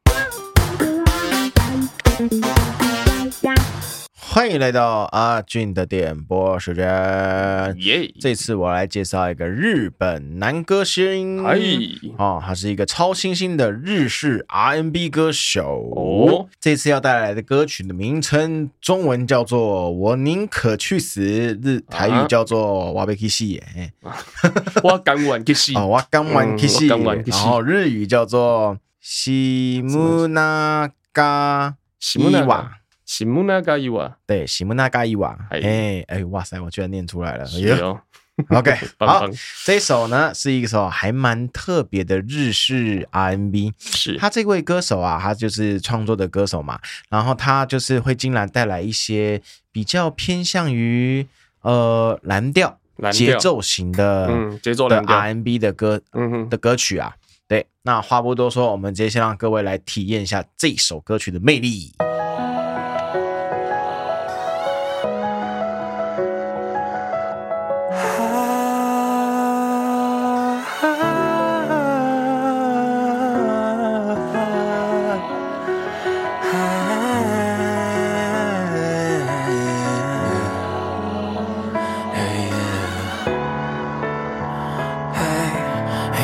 B: 欢迎来到阿俊的点播时间。
A: 耶、
B: 嗯这次我来介绍一个日本男歌星， [LAUGHS]
A: 哎
B: 哦，他是一个超新星的日式 R&B 歌手。
A: 哦
B: 这次要带来的歌曲的名称，中文叫做《我宁可去死》，日台语
A: 啊
B: 叫做《瓦贝基戏耶》哎。
A: 我敢玩去死。
B: 哦，我刚玩
A: 嗯
B: K
A: 我
B: 戏，
A: 甘愿去
B: 然
A: 死
B: 后日语叫做西木那嘎
A: 西
B: 伊瓦，，
A: 西木那啊嘎伊瓦，
B: 对，西木那嘎伊瓦，
A: 哎
B: 哎哎，哇塞，我居然念出来了，哎
A: 是
B: 呦
A: 哦，
B: ，OK，
A: [LAUGHS] 棒
B: 好
A: 棒，，
B: 这首呢是一首还蛮特别的日式 RMB，
A: 是
B: 他这位歌手啊，他就是创作的歌手嘛，然后他就是会经常带来一些比较偏向于呃蓝调、
A: 蓝
B: 节
A: 调，
B: 奏型的
A: 嗯，节奏
B: 的
A: 蓝调，
B: RMB 的歌
A: 嗯哼，
B: 的歌曲啊。对，那话不多说，我们直接先让各位来体验一下这首歌曲的魅力。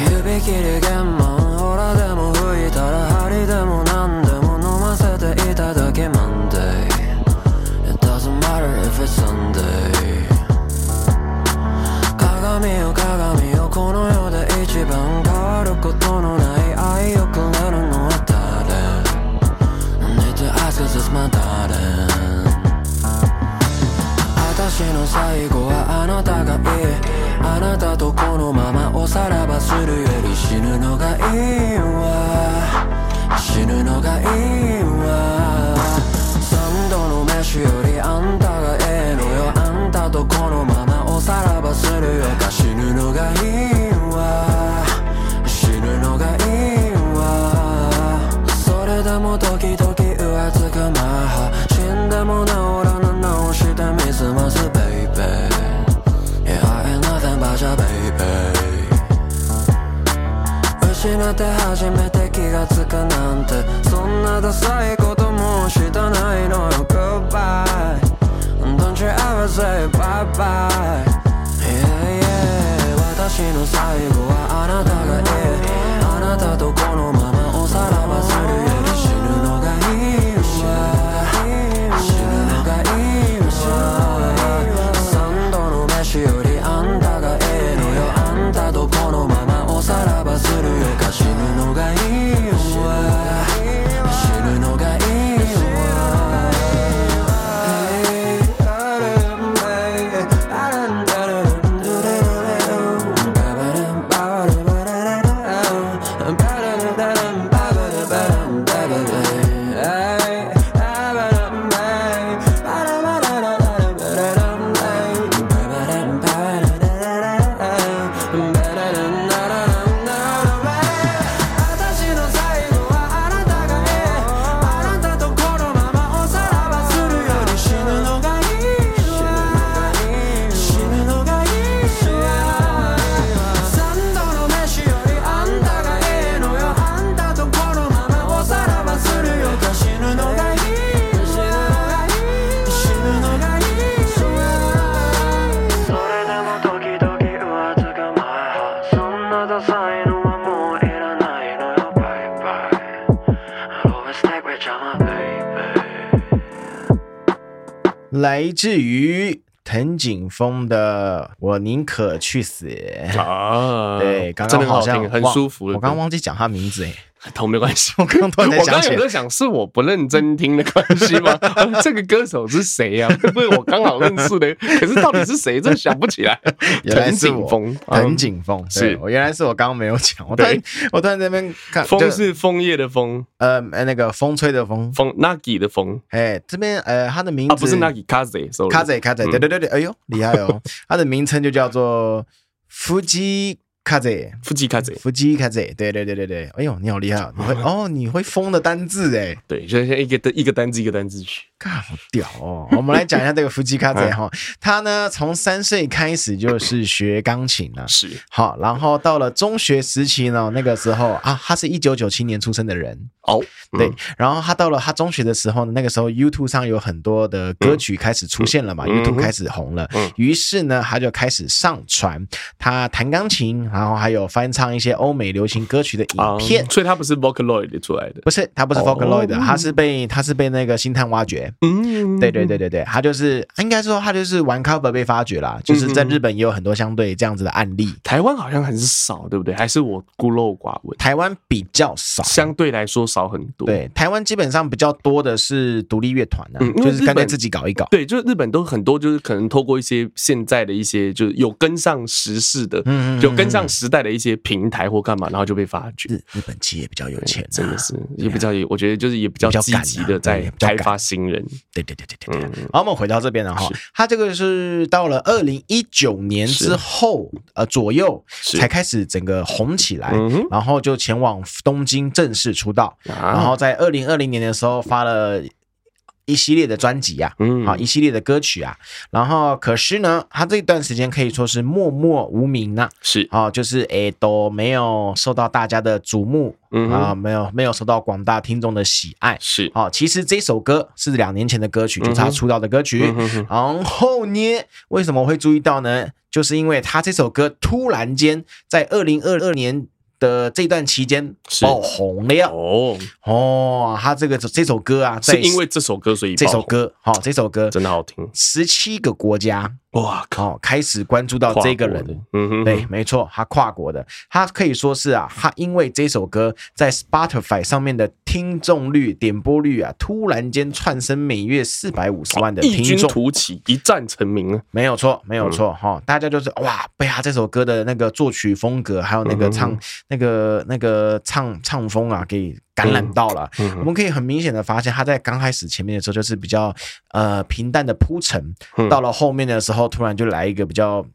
C: 指切るガンマンラでも吹いたら針でも何でも飲ませていただけ Monday It doesn't matter if it's Sunday 鏡を鏡をこの世で一番変わることのない愛をくれるのは誰 Need to ask is this my darling 私の最後はあなたがいいあなたとこのままおさらばするより死ぬのがいいわ死ぬのがいいわ三度の飯よりあんたがええのよあんたとこのままおさらばするよか死ぬのがいいわ死ぬのがいいわそれでも時々浮つくまは死んでも治らぬ直してみすます baby Yeah I ain't nothing but your baby 失って初めて気がつくなんてそんなダサいこともしたないのよ Goodbye Don't you ever say bye bye Yeah yeah 私の最後はあなたがいいあなたとこのままおさらばするより死ぬ
B: 来自于藤井风的《我宁可去死》。
A: 啊，
B: 对，刚
A: 真
B: 刚
A: 的很好
B: 好像
A: 听，很
B: 忘
A: 舒服的
B: 我
A: 歌。
B: 刚忘记讲他名字哎，
A: 头没关系，
B: [LAUGHS] 我刚
A: [LAUGHS]
B: 突
A: 我
B: 然才想
A: 刚
B: 起
A: 有
B: 来
A: 在想，是我不认真听的关系
B: [LAUGHS]
A: 吗？哦这个歌手是谁呀、会不会我刚好认识的？可是到底是谁，真想不起来。
B: [LAUGHS] 原来
A: 藤
B: 是
A: 井
B: 我
A: 风，啊
B: 藤井风，对
A: 嗯是
B: 我原来是我刚刚没有讲，我突然
A: 对
B: 我突然在那边看
A: 嗯风
B: 就是
A: 枫叶的枫，
B: 呃呃那个风吹的风，
A: 风 Nagi 的风
B: 哎，这边呃他的名字
A: 啊，不是 Nagi Kaze，sorry，
B: 卡仔卡仔，
A: 嗯
B: 对对对对，哎呦厉害哦，他的名称就叫做腹肌卡仔。
A: 富吉 Kaze。
B: 腹肌卡仔，对对对对对，哎呦，你好厉害哦，你会哦，你会疯的单字哎，
A: 对，就像一个一个单字一个单字去。
B: 干好屌哦！我们来讲一下这个腹肌卡仔哈，他呢从三岁开始就是学钢琴了，
A: 是
B: 好，然后到了中学时期呢，那个时候啊，他是一九九七年出生的人，
A: 哦，嗯
B: 对。然后他到了他中学的时候呢，那个时候 YouTube 上有很多的歌曲开始出现了嘛、
A: 嗯
B: y o u t u b
A: 嗯
B: e 开始红了，
A: 嗯
B: 于是呢，他就开始上传他弹钢琴，然后还有翻唱一些欧美流行歌曲的影
A: 啊，
B: 片。
A: 所以他不是 Vocaloid 出来的。
B: 不是，他不是
A: 哦
B: Vocaloid，的、他是被他是被那个星探挖掘。
A: 嗯，
B: 对对对对对，他就是应该说他就是玩 cover 被发掘啦，就是
A: 嗯
B: 在日本也有很多相对这样子的案例，
A: 台湾好像很少，对不对？还是我孤陋寡闻，
B: 台湾比较少。
A: 相对来说少很多。
B: 对，台湾基本上比较多的是独立乐团啊，
A: 嗯因为
B: 就是
A: 日
B: 干脆
A: 本
B: 自己搞一搞。
A: 对，就是日本都很多，就是可能透过一些现在的一些，就是有跟上时事的，
B: 嗯嗯嗯
A: 有跟上时代的一些平台或干嘛，然后就被发掘。
B: 日日本企业比较有钱、啊，
A: 嗯真的是也比较，我觉得就是也比较
B: 比较
A: 积
B: 敢啊
A: 极的
B: 对
A: 在
B: 比较
A: 开
B: 敢
A: 发新人。
B: 对对对对对对。
A: 嗯
B: 好，我们回到这边了哈，他这个是到了二零一九年之后，呃左右
A: 是
B: 才开始整个红起来，
A: 嗯哼
B: 然后就前往东京正式出道，
A: 啊
B: 然后在二零二零年的时候发了一系列的专辑啊，
A: 嗯
B: 好一系列的歌曲啊，然后可是呢，他这段时间可以说是默默无名呐、
A: 是
B: 啊，就是诶都没有受到大家的瞩目
A: 嗯哼
B: 啊，没有没有受到广大听众的喜爱。
A: 是，
B: 好，其实这首歌是两年前的歌曲，就是他出道的歌曲
A: 嗯。哼哼
B: 然后呢，为什么会注意到呢？就是因为他这首歌突然间在二零二二年的这段期间
A: 是
B: 爆红了
A: 哦，
B: 哦，他这个这首歌啊，在
A: 是因为这首歌所以
B: 这
A: 爆
B: 首
A: 红
B: 歌，好，这首歌
A: 真的好听，
B: 十七个国家
A: 哇靠，
B: 哦开始关注到
A: 跨
B: 这个
A: 国
B: 人
A: 的，嗯哼，
B: 对，，没错，他跨国的，他可以说是啊，他因为这首歌在 Spotify 上面的听众率、点播率啊，突然间窜升每月四百五十万的
A: 哦异
B: 听
A: 军
B: 众，
A: 突起，一战成名啊，
B: 没有错，没有错哈、大家就是哇，被他这首歌的那个作曲风格，还有那
A: 嗯
B: 个
A: 哼
B: 唱、那个那个唱唱风啊，给感染到了。
A: 嗯
B: 我
A: 哼
B: 们可以很明显的发现，他在刚开始前面的时候就是比较呃平淡的铺陈，
A: 嗯
B: 到了后面的时候，突然就来一个比较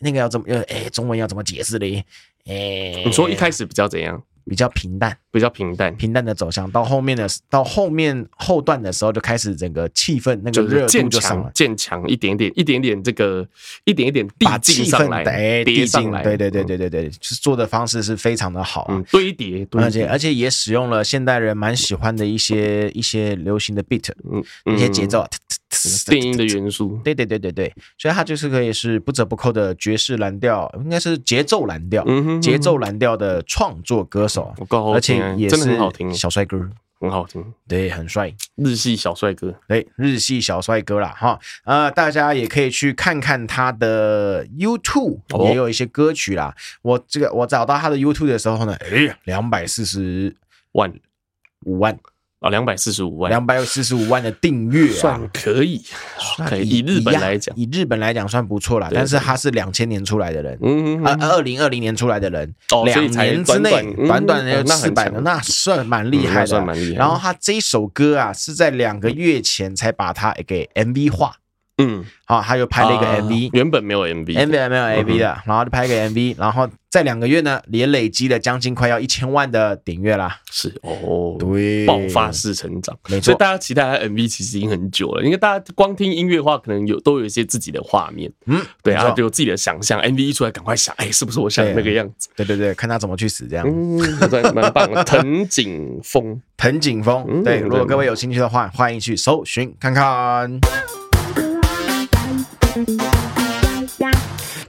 B: 那个要怎么呃哎中文要怎么解释嘞？哎，
A: 你说一开始比较怎样？
B: 比较平淡，
A: 比较平淡，
B: 平淡的走向，到后面的到后面后段的时候就开始整个气氛那个
A: 就是
B: 热度
A: 渐
B: 就上了
A: 强，。渐强，一点点，一点点，这个一点一点递
B: 把
A: 进
B: 气
A: 上
B: 氛
A: 来，
B: 的
A: 叠
B: 哎递
A: 上
B: 进
A: 来，，
B: 对对对
A: 嗯，
B: 对对对，就是做的方式是非常的好啊、
A: 嗯，堆叠，堆
B: 而且
A: 叠，
B: 而且也使用了现代人蛮喜欢的一些一些流行的 beat，
A: 嗯，
B: 一些节
A: 嗯，
B: 奏，
A: 电音的元素，
B: 对对对对对，所以它就是可以是不折不扣的爵士蓝调，应该是节奏蓝调，
A: 嗯哼，
B: 节奏蓝调的创作歌手，
A: 我够好
B: 而
A: 听
B: 且
A: 啊，
B: 也
A: 真的很好听
B: 是，小帅哥，
A: 很好听，
B: 对，很帅。
A: 日系小帅哥，
B: 对，日系小帅哥啦，哈，呃，大家也可以去看看他的 YouTube，
A: 哦
B: 也有一些歌曲啦。我这个我找到他的 YouTube 的时候呢，哎，两百四十
A: 万
B: 五万，
A: 啊，两百四十五万，
B: 两百四十五万的订阅啊，
A: 算可以，
B: 算
A: 可以，以日本
B: 呀
A: 来讲，
B: 以日本来讲算不错啦。
A: 对
B: 但是他是两千年出来的人，
A: 嗯，
B: 啊
A: 嗯，嗯
B: 二零二零年出来的人，
A: 哦所
B: 两
A: 以才
B: 年之内
A: 短短
B: 短短
A: 嗯哦
B: 的
A: 那
B: 四
A: 很
B: 百
A: 强
B: 那算蛮厉
A: 嗯
B: 害
A: 那
B: 的
A: 算。蛮厉害的，
B: 然后他这一首歌啊，是在两个月前才把它给 MV 化。
A: 嗯，
B: 啊，他又拍了一个
A: 啊嗯
B: MV，、
A: 原本没有 MV，
B: MV 没有 MV 的，然后就拍个 MV，然后在两个月呢，也累积了将近快要一千万的点阅啦。
A: 是哦，
B: 对
A: 爆发式成长，
B: 没错
A: 所以大家期待他的 MV 其实已经很久了，因为大家光听音乐的话，可能有都有一些自己的画面，
B: 嗯，
A: 对
B: 没
A: 啊，
B: 错
A: 就有自己的想象。MV 一出来，赶快想，哎，是不是我想的那个样子？
B: 对啊对对，看他怎么去死这样。
A: 嗯，蛮蛮棒
B: [LAUGHS]
A: 的。藤井风，
B: 藤井风，
A: 嗯
B: 对，如果
A: 对
B: 各位有兴趣的话，欢迎去搜寻看看。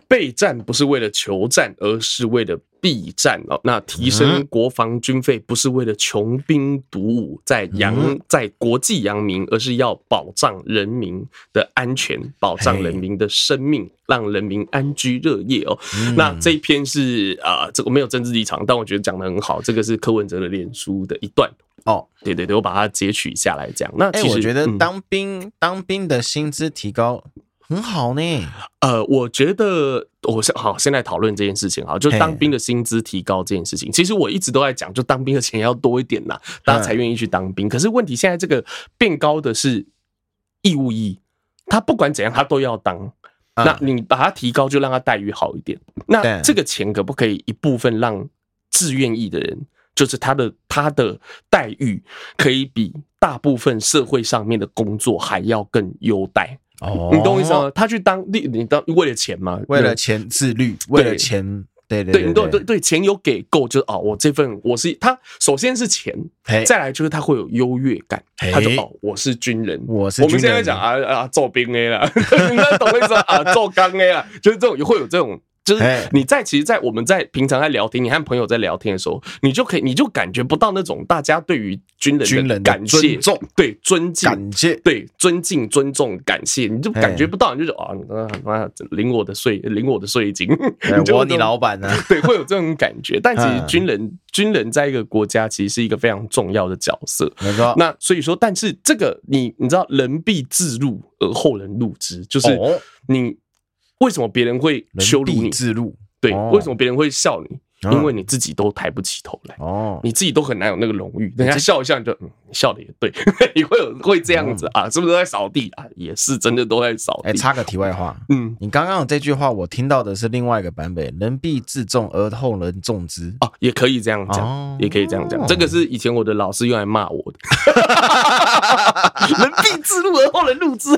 A: 备战不是为了求战，而是为了避战哦。那提
B: 嗯
A: 升国防军费不是为了穷兵黩武，在
B: 嗯
A: 扬在国际扬名，而是要保障人民的安全，保障人民的生命，让人民安居乐业哦。
B: 嗯
A: 那这一篇是啊、呃这个没有政治立场，但我觉得讲的很好。这个是柯文哲的脸书的一段，
B: 哦，
A: 对对对，我把它截取下来讲。那
B: 哎、
A: 其实、
B: 我觉得
A: 嗯
B: 当兵、当兵的薪资提高很好呢。
A: 呃，我觉得我先好，现在讨论这件事情啊，就
B: 嘿
A: 当兵的薪资提高这件事情。其实我一直都在讲，就当兵的钱要多一点呐，大家
B: 嗯
A: 才愿意去当兵。可是问题现在这个变高的是义务役，他不管怎样他都要当。
B: 嗯
A: 那你把它提高，就让他待遇好一点。那
B: 对
A: 这个钱可不可以一部分让志愿役的人，就是他的他的待遇可以比大部分社会上面的工作还要更优待？
B: 哦
A: 你懂我意思？吗？他去当你你当为了钱吗？
B: 为了钱自律，为了钱，对对
A: 对，你
B: 对
A: 懂对对，钱有给够，就是哦，我这份我是他，首先是钱，
B: 嘿
A: 再来就是他会有优越感，
B: 嘿
A: 他就哦，我是军人，
B: 我是
A: 我们
B: 军
A: 现在
B: 人
A: 讲啊啊，做兵 A 啦， [LAUGHS] 你们懂我意思吗啊，做钢 A 啦，就是这种会有这种。就是
B: 嘿
A: 你在其实，在我们在平常在聊天，你和朋友在聊天的时候，你就可以，你就感觉不到那种大家对于军
B: 军
A: 人的
B: 人的
A: 感谢、
B: 尊重、
A: 对尊敬、
B: 感
A: [LAUGHS]
B: 谢。
A: 对尊敬、尊重、感谢，你就感觉不到，你就觉得啊，妈领我的税，领我的税金， [LAUGHS]
B: 哎
A: 就
B: 我
A: 有
B: 你
A: 这种
B: 老板呢？
A: [LAUGHS] 对，会有这种感觉。但其实
B: 嗯
A: 军人，军人在一个国家其实是一个非常重要的角色。
B: 没错，
A: 那所以说，但是这个你你知道，人必自入而后人入之，就是
B: 哦
A: 你为什么别人会羞
B: 人
A: 辱
B: 必
A: 你？
B: 自路
A: 对，
B: 哦
A: 为什么别人会笑你？
B: 嗯
A: 因为你自己都抬不起头来。
B: 哦，
A: 你自己都很难有那个荣誉，人家笑一下你就、嗯、你笑的也对， [LAUGHS] 你会有会这样子啊？是不是都在扫地啊？也是真的都在扫
B: 嗯哎，
A: 地。
B: 插个题外话，
A: 嗯，
B: 你刚刚有这句话，我听到的是另外一个版本：人必自重而后人重之。
A: [LAUGHS] 哦，也可以这样讲，
B: 哦
A: 也可以这样讲。这个是以前我的老师用来骂我
B: [LAUGHS]
A: 的， [LAUGHS] 人必自入而后人入
B: [LAUGHS]
A: 之。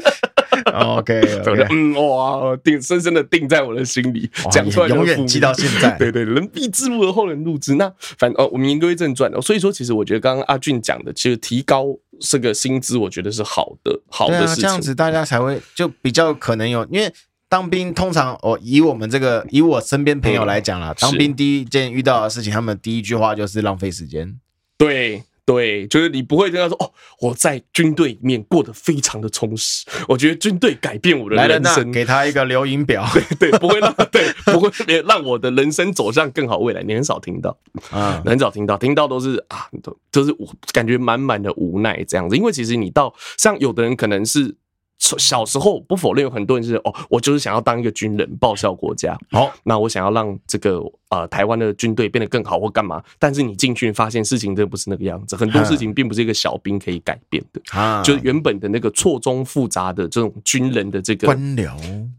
B: OK，
A: [LAUGHS] 我就嗯哇，定深深的定在我的心里
B: 哇，
A: 讲出来
B: 也永
A: 就
B: 远
A: 负面
B: 记到现在
A: [LAUGHS] 对对，人必自入而后人入之。那反哦，我们言归正传哦。所以说，其实我觉得刚刚阿俊讲的，其实提高这个薪资，我觉得是好的，好
B: 对
A: 的
B: 啊，
A: 事
B: 这样
A: 情。
B: 子大家才会就比较可能有，因为当兵通常哦，以我们这个以我身边
A: 嗯
B: 朋友来讲啦，当兵第一件遇到的事情，他们第一句话就是浪费时间。
A: 对对，就是你不会跟他说哦，我在军队里面过得非常的充实，我觉得军队改变我的
B: 来人
A: 人
B: 呐
A: 生，，
B: 给他一个留影表
A: 对，不会让 [LAUGHS] 对不会让我的人生走向更好未来，你很少听到。
B: 啊，
A: 很少听到，听到都是啊，都就是我感觉满满的无奈这样子。因为其实你到像有的人可能是从小时候不否认，有很多人是哦，我就是想要当一个军人，报效国家。
B: 好，
A: 那我想要让这个呃台湾的军队变得更好或干嘛？但是你进去发现事情真的不是那个样子，很
B: 嗯
A: 多事情并不是一个小兵可以改变的，[LAUGHS]
B: 啊，
A: 就是原本的那个错综复杂的这种军人的这个
B: 官僚，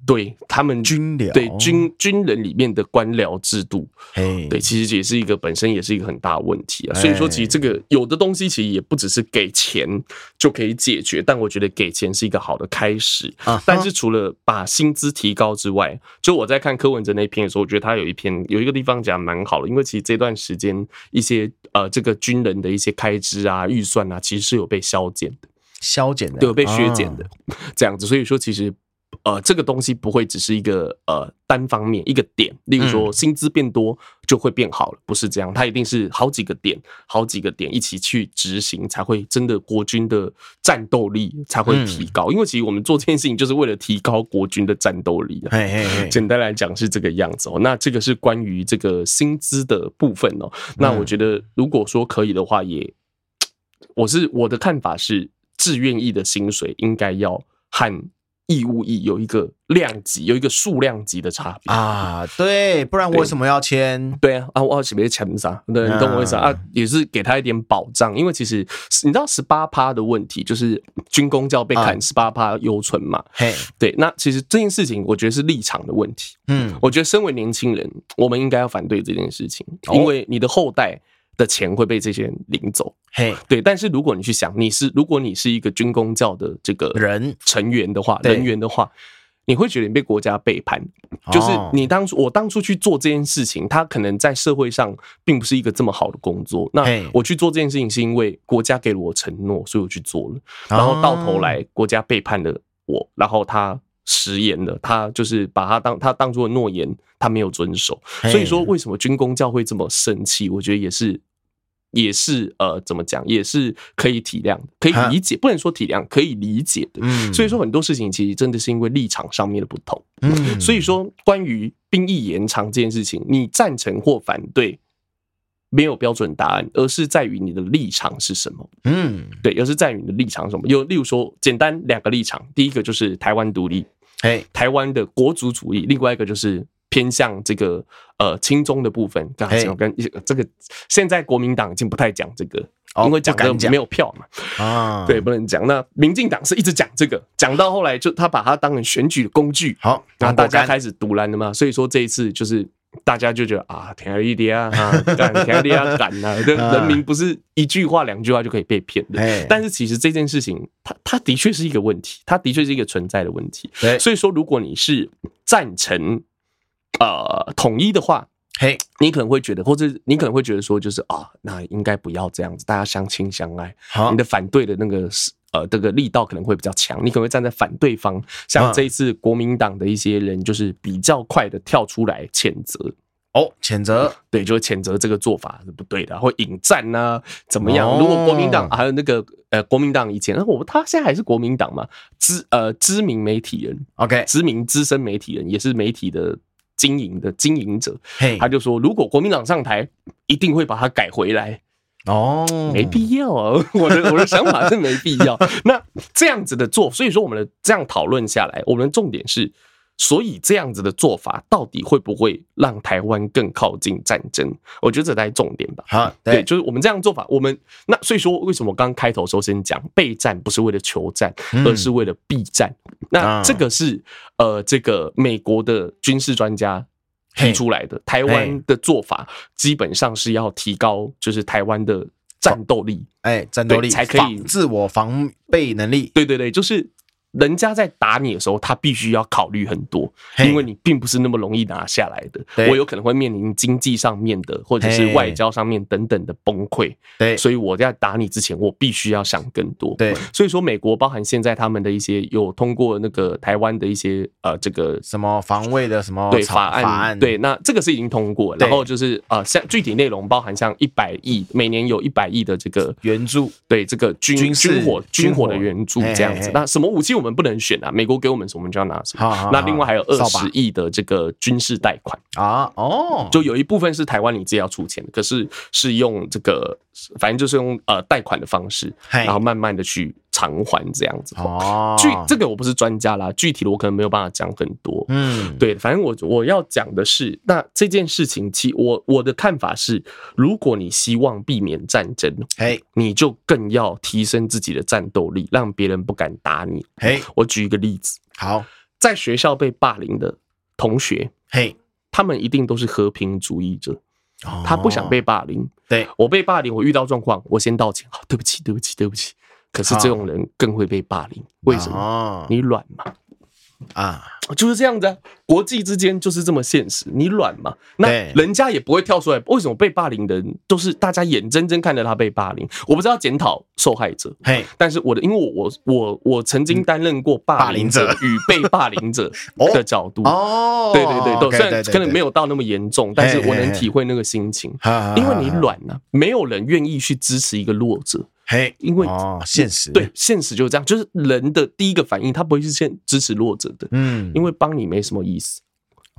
A: 对他们
B: 军僚
A: 对军军人里面的官僚制度，
B: 嘿，
A: 对，其实也是一个本身也是一个很大的问题
B: 哎
A: 啊。所以说，其实这个有的东西其实也不只是给钱就可以解决，但我觉得给钱是一个好的开始
B: 啊哈。
A: 但是除了把薪资提高之外，就我在看柯文哲那篇的时候，我觉得他有一篇有一个地方讲得蛮好的，因为其实这段时间一些呃这个军人的一些开支啊、预算啊，其实是有被削减的。
B: 削减的，啊
A: 对，有被削减的、这样子。所以说，其实呃，这个东西不会只是一个呃单方面一个点，例如说薪资变多就会变好了，不是这样，它一定是好几个点、好几个点一起去执行，才会真的国军的战斗力才会提高。因为其实我们做这件事情就是为了提高国军的战斗力、
B: 啊，
A: 啊。
B: 嘿嘿嘿，
A: 简单来讲是 [LAUGHS] 这个样子哦。那这个是关于这个薪资的部分哦。
B: 嗯
A: 那我觉得如果说可以的话也，我是我的看法是，志愿役的薪水应该要和义务役有一个量级，有一个数量级的差别。
B: 啊，对，不然我为什么要签？
A: 对啊，啊，我要是别强啥，对，你懂我意思啊？
B: 嗯
A: 啊也是给他一点保障，因为其实你知道十八趴的问题，就是军工教被
B: 啊
A: 砍十八趴优存嘛。
B: 嘿，
A: 对，那其实这件事情，我觉得是立场的问题。
B: 嗯，
A: 我觉得身为年轻人，我们应该要反对这件事情，
B: 哦
A: 因为你的后代的钱会被这些人领走。
B: 嘿，
A: 对，但是如果你去想，你是如果你是一个军工教的这个
B: 人
A: 成员的话，
B: 对
A: 人员的话。你会觉得你被国家背叛，就是
B: 哦
A: 你当初我当初去做这件事情，它可能在社会上并不是一个这么好的工作。那
B: 嘿
A: 我去做这件事情是因为国家给了我承诺，所以我去做了。然后到头，
B: 哦
A: 来国家背叛了我，然后他食言的，他就是把他当他当做诺言，他没有遵守。所以说，为什么军工教会这么生气？我觉得也是，也是呃，怎么讲，也是可以体谅、可以理解，不能说体谅，可以理解的。
B: 啊嗯
A: 所以说，很多事情其实真的是因为立场上面的不同。
B: 嗯
A: 所以说，关于兵役延长这件事情，你赞成或反对，没有标准答案，而是在于你的立场是什么。
B: 嗯，
A: 对，而是在于你的立场是什么。有，例如说，简单两个立场，第一个就是台湾独立，
B: 哎，
A: 台湾的国族主义，另外一个就是偏向这个呃亲中的部分。刚才
B: 嘿
A: 讲跟这个现在国民党已经不太讲这个，
B: 哦
A: 因为讲
B: 不敢
A: 的
B: 讲
A: 没有票嘛，
B: 啊，
A: 对，，不能讲。那民进党是一直讲这个，讲到后来就他把它当成选举的工具，
B: 好，
A: 然后大家
B: 开，
A: 开始独揽了嘛，所以说这一次就是大家就觉得啊，田阿丽迪啊， [LAUGHS] 啊干田阿丽啊，敢啊，这
B: 啊
A: 人民不是一句话两句话就可以被骗的。
B: 哎，
A: 但是其实这件事情，它它的确是一个问题，它的确是一个存在的问题。
B: 对，
A: 所以说，如果你是赞成呃统一的话，
B: 嘿，
A: 你可能会觉得，或者你可能会觉得说，就是啊，那应该不要这样子，大家相亲相爱。
B: 好
A: 你的，反对的那个是呃这个力道可能会比较强，你可能会站在反对方。像
B: 嗯
A: 这一次国民党的一些人，就是比较快的跳出来谴责。
B: 哦，谴责，
A: 对，就会谴责这个做法是不对的啊，或引战呐、怎么样？
B: 哦
A: 如果国民党还有那个呃，国民党以前，呃我他现在还是国民党嘛，知呃知名媒体人，
B: ，OK，
A: 知名资深媒体人，也是媒体的经营的经营者，
B: 嘿
A: 他，就说，如果国民党上台，一定会把它改回来。
B: 哦，
A: 没必要啊！ [LAUGHS] 我的我的想法是没必要。 [LAUGHS] 那这样子的做，所以说我们的这样讨论下来，我们的重点是，所以这样子的做法到底会不会让台湾更靠近战争？我觉得这才是重点吧。
B: 好，
A: 对，
B: 对，
A: 就是我们这样做法，我们那所以说，为什么我刚开头的时候先讲备战不是为了求战，
B: 嗯啊
A: 而是为了避战？那这个是呃，这个美国的军事专家提出来的，台湾的做法基本上是要提高，就是台湾的战斗力。
B: 哎，战斗
A: 对
B: 力
A: 才可以
B: 防自我防备能力，
A: 对对对，就是人家在打你的时候，他必须要考虑很多，
B: 嘿
A: 因为你并不是那么容易拿下来的。
B: 对
A: 我有可能会面临经济上面的，或者是
B: 嘿
A: 外交上面等等的崩溃，
B: 对，
A: 所以我在打你之前，我必须要想更多。
B: 对，
A: 所以说，美国包含现在他们的一些有通过那个台湾的一些呃这个
B: 什么防卫的什么
A: 对
B: 哦草
A: 法案
B: 法案，
A: 对，那这个是已经通过，
B: 对
A: 然后就是呃，像具体内容包含像一百亿，每年有一百亿的这个
B: 援助，
A: 对这个军
B: 军事
A: 军火
B: 军
A: 军
B: 火
A: 火的援助这样
B: 嘿嘿
A: 子
B: 嘿。
A: 那什么武器我们不能选啊？美国给我们什么我们就要拿什么。
B: 好好好
A: 那另外还有二
B: 扫把
A: 十亿的这个军事贷款，
B: 啊，哦，
A: 就有一部分是台湾你自己要出钱，可是是用这个，反正就是用呃贷款的方式，
B: 嘿
A: 然后慢慢的去偿还这样子。
B: 哦，
A: 具这个我不是专家啦，具体的我可能没有办法讲很多。
B: 嗯，
A: 对，反正我我要讲的是，那这件事情，其我我的看法是，如果你希望避免战争，
B: 嘿，
A: 你就更要提升自己的战斗力，让别人不敢打你。
B: 嘿，
A: 我举一个例子，
B: 好，
A: 在学校被霸凌的同学，
B: 嘿，哦
A: 他们一定都是和平主义者，他不想被霸凌。
B: 对，
A: 我被霸凌，我遇到状况，我先道歉，好，对不起，对不起，对不起。可是这种人更会被霸凌，为什么？
B: 么
A: 你软嘛，
B: 哦啊，
A: 就是这样子、啊，国际之间就是这么现实。你软嘛，那
B: 对
A: 人家也不会跳出来。为什么被霸凌的人都是大家眼睁睁看着他被霸凌？我不知道检讨受害者，
B: 嘿，
A: 但是我的，因为我我我我曾经担任过霸凌
B: 嗯霸
A: 者
B: 凌
A: 与被霸凌者
B: [LAUGHS] 哦
A: 的角度。
B: 哦，
A: 对对对，都
B: OK，
A: 虽然
B: 对
A: 可能没，有到那么严重，但是
B: 嘿嘿
A: 我能
B: 嘿
A: 体会那个心情，
B: 对
A: 因为你，软了、没有人愿意去支持一个弱者。
B: 嘿，
A: 因为
B: 哦，现实，
A: 对，，现实就是这样，就是人的第一个反应，他不会是先支持弱者的，
B: 嗯，
A: 因为帮你没什么意思。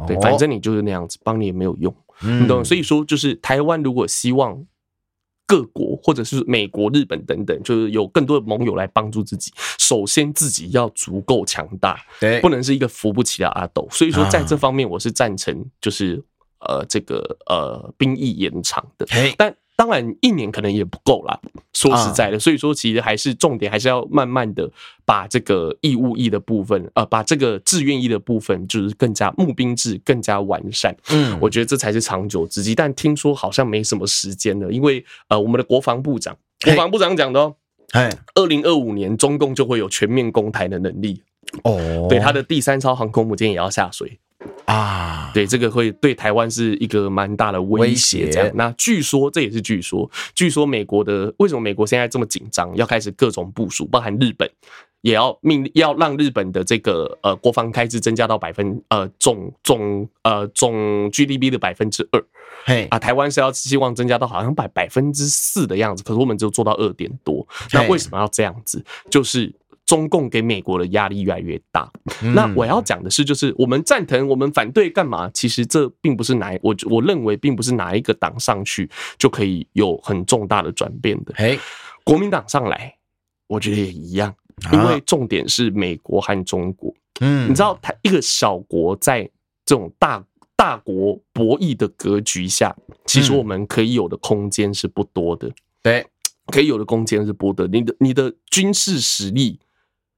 A: 对，
B: 哦嗯
A: 反正你就是那样子，帮你也没有用，你懂？所以说，就是台湾如果希望各国或者是美国、日本等等，就是有更多的盟友来帮助自己，首先自己要足够强大，
B: 对，
A: 不能是一个扶不起的阿斗。所以说，在
B: 啊
A: 这方面，我是赞成，就是呃，这个呃兵役延长的，
B: 嘿，
A: 但。当然，一年可能也不够啦。说
B: 啊
A: 实在的，所以说其实还是重点，还是要慢慢的把这个义务役的部分，呃，把这个志愿役的部分，就是更加募兵制更加完善。
B: 嗯
A: 我觉得这才是长久之计。但听说好像没什么时间了，因为呃，我们的国防部长，
B: 嘿
A: 国防部长讲的哦，
B: 嘿，
A: 二零二五年中共就会有全面攻台的能力，
B: 哦，
A: 对，他的第三艘航空母舰也要下水，
B: 啊，
A: 对，这个会对台湾是一个蛮大的威胁。这样
B: 威胁，
A: 那据说这也是据说，据说美国的为什么美国现在这么紧张，要开始各种部署，包含日本也要命要让日本的这个呃国防开支增加到百分呃总总呃总 GDP 的百分之二
B: 嘿，
A: 啊，台湾是要希望增加到好像百百分之四的样子，可是我们只有做到二点多，那
B: 对
A: 为什么要这样子？就是中共给美国的压力越来越大，那我
B: 要
A: 要讲的是，就是我们赞成，我们反对干嘛？其实这并不是哪我我认为并不是哪一个党上去就可以有很重大的转变的。
B: 嘿，
A: 国民党上来，我觉得也一样，
B: 啊
A: 因为重点是美国和中国。
B: 嗯
A: 你知道，它一个小国在这种大大国博弈的格局下，其实
B: 嗯
A: 我们可以有的空间是不多的。
B: 对，
A: 可以有的空间是波的，你的你的军事实力，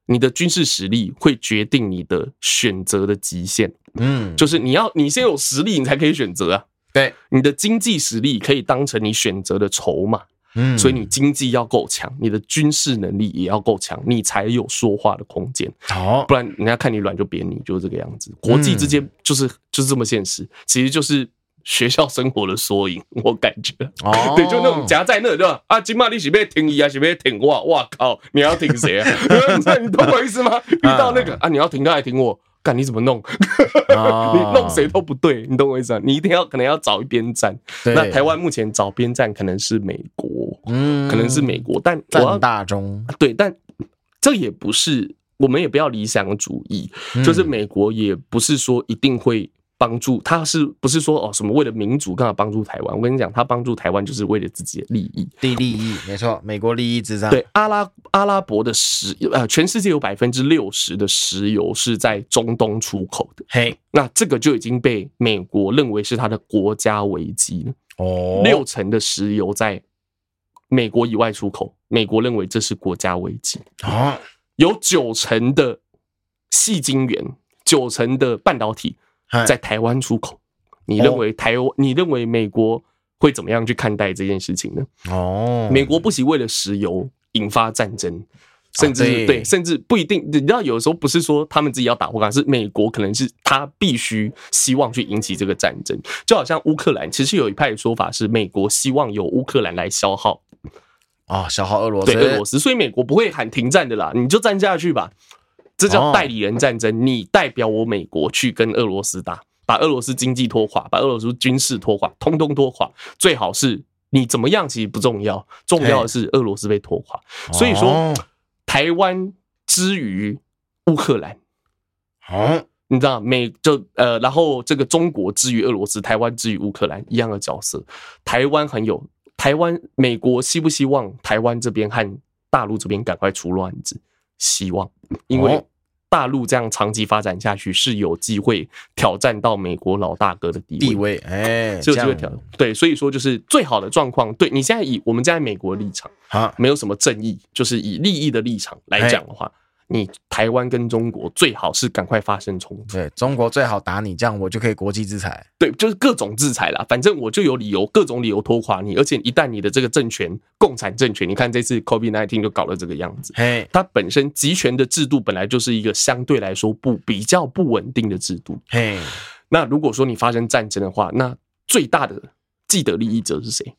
A: 你的军事实力会决定你的选择的极限，
B: 嗯，
A: 就是你要你先有实力，你才可以选择啊。
B: 对，
A: 你的经济实力可以当成你选择的筹码，
B: 嗯，
A: 所以你经济要够强，你的军事能力也要够强，你才有说话的空间。
B: 好
A: 不，然人家看你软就扁你，就是这个样
B: 嗯
A: 子。国际之间就是就是这么现实，其实就是学校生活的缩影，我感觉。
B: 哦
A: 对，就那种夹在那，对吧？啊，金马你是被挺一啊，是被挺我啊，哇靠，你要挺谁啊？ [LAUGHS] 你懂我意思吗？
B: 嗯
A: 遇到那个啊，你要挺他还挺我。干你怎么弄？[LAUGHS]
B: 哦
A: 你弄谁都不对，你懂我意思啊？你一定要可能要找一边站。
B: 对
A: 那台湾目前找边站可能是美国，
B: 嗯
A: 可能是美国，但我要
B: 占大中，
A: 对，但这也不是，我们也不要理想主义， [LAUGHS]
B: 嗯
A: 就是美国也不是说一定会。帮助他是不是说哦什么为了民主干嘛帮助台湾？我跟你讲，他帮助台湾就是为了自己的利益。
B: 地利益，没错，美国利益至上，
A: 对，阿拉阿拉伯的石呃，全世界有百分之六十的石油是在中东出口的，
B: 嘿，
A: 那这个就已经被美国认为是它的国家危机了。
B: 哦，
A: 六成的石油在美国以外出口，美国认为这是国家危机。
B: 哦，
A: 有九成的细晶圆，九成的半导体
B: 嘿
A: 在台湾出口。你认为台湾？你认为美国会怎么样去看待这件事情呢？
B: 哦，
A: 美国不惜为了石油引发战争，甚至
B: 啊对
A: 是对，甚至不一定。你知道，有的时候不是说他们自己要打或干嘛，是美国可能是他必须希望去引起这个战争。就好像乌克兰，其实有一派的说法是美国希望由乌克兰来消耗
B: 哦，消耗俄罗斯，
A: 对俄罗斯，所以美国不会喊停战的啦，你就战下去吧。这叫代理人战争，你代表我美国去跟俄罗斯打，把俄罗斯经济拖垮，把俄罗斯军事拖垮，通通拖垮。最好是你怎么样，其实不重要，重要的是俄罗斯被拖垮。所以说
B: 哦，
A: 台湾之于乌克兰，
B: 哦，
A: 你知道美就呃，然后这个中国之于俄罗斯，台湾之于乌克兰一样的角色。台湾很有台湾，美国希不希望台湾这边和大陆这边赶快出乱子？希望，因为
B: 哦
A: 大陆这样长期发展下去是有机会挑战到美国老大哥的地位。
B: 地位，哎，
A: 是有机
B: 这
A: 会
B: 样
A: 挑对，所以说就是最好的状况。对你现在以我们站在美国的立场，
B: 好，
A: 没有什么正义，就是以利益的立场来讲的话，你台湾跟中国最好是赶快发生冲突。
B: 对中国最好打你，这样我就可以国际制裁，
A: 对，就是各种制裁啦，反正我就有理由，各种理由拖垮你。而且一旦你的这个政权，共产政权，你看这次 COVID 1 9就搞了这个样子。
B: 嘿，
A: 它本身集权的制度本来就是一个相对来说不比较不稳定的制度。
B: 嘿，
A: 那如果说你发生战争的话，那最大的既得利益者是谁？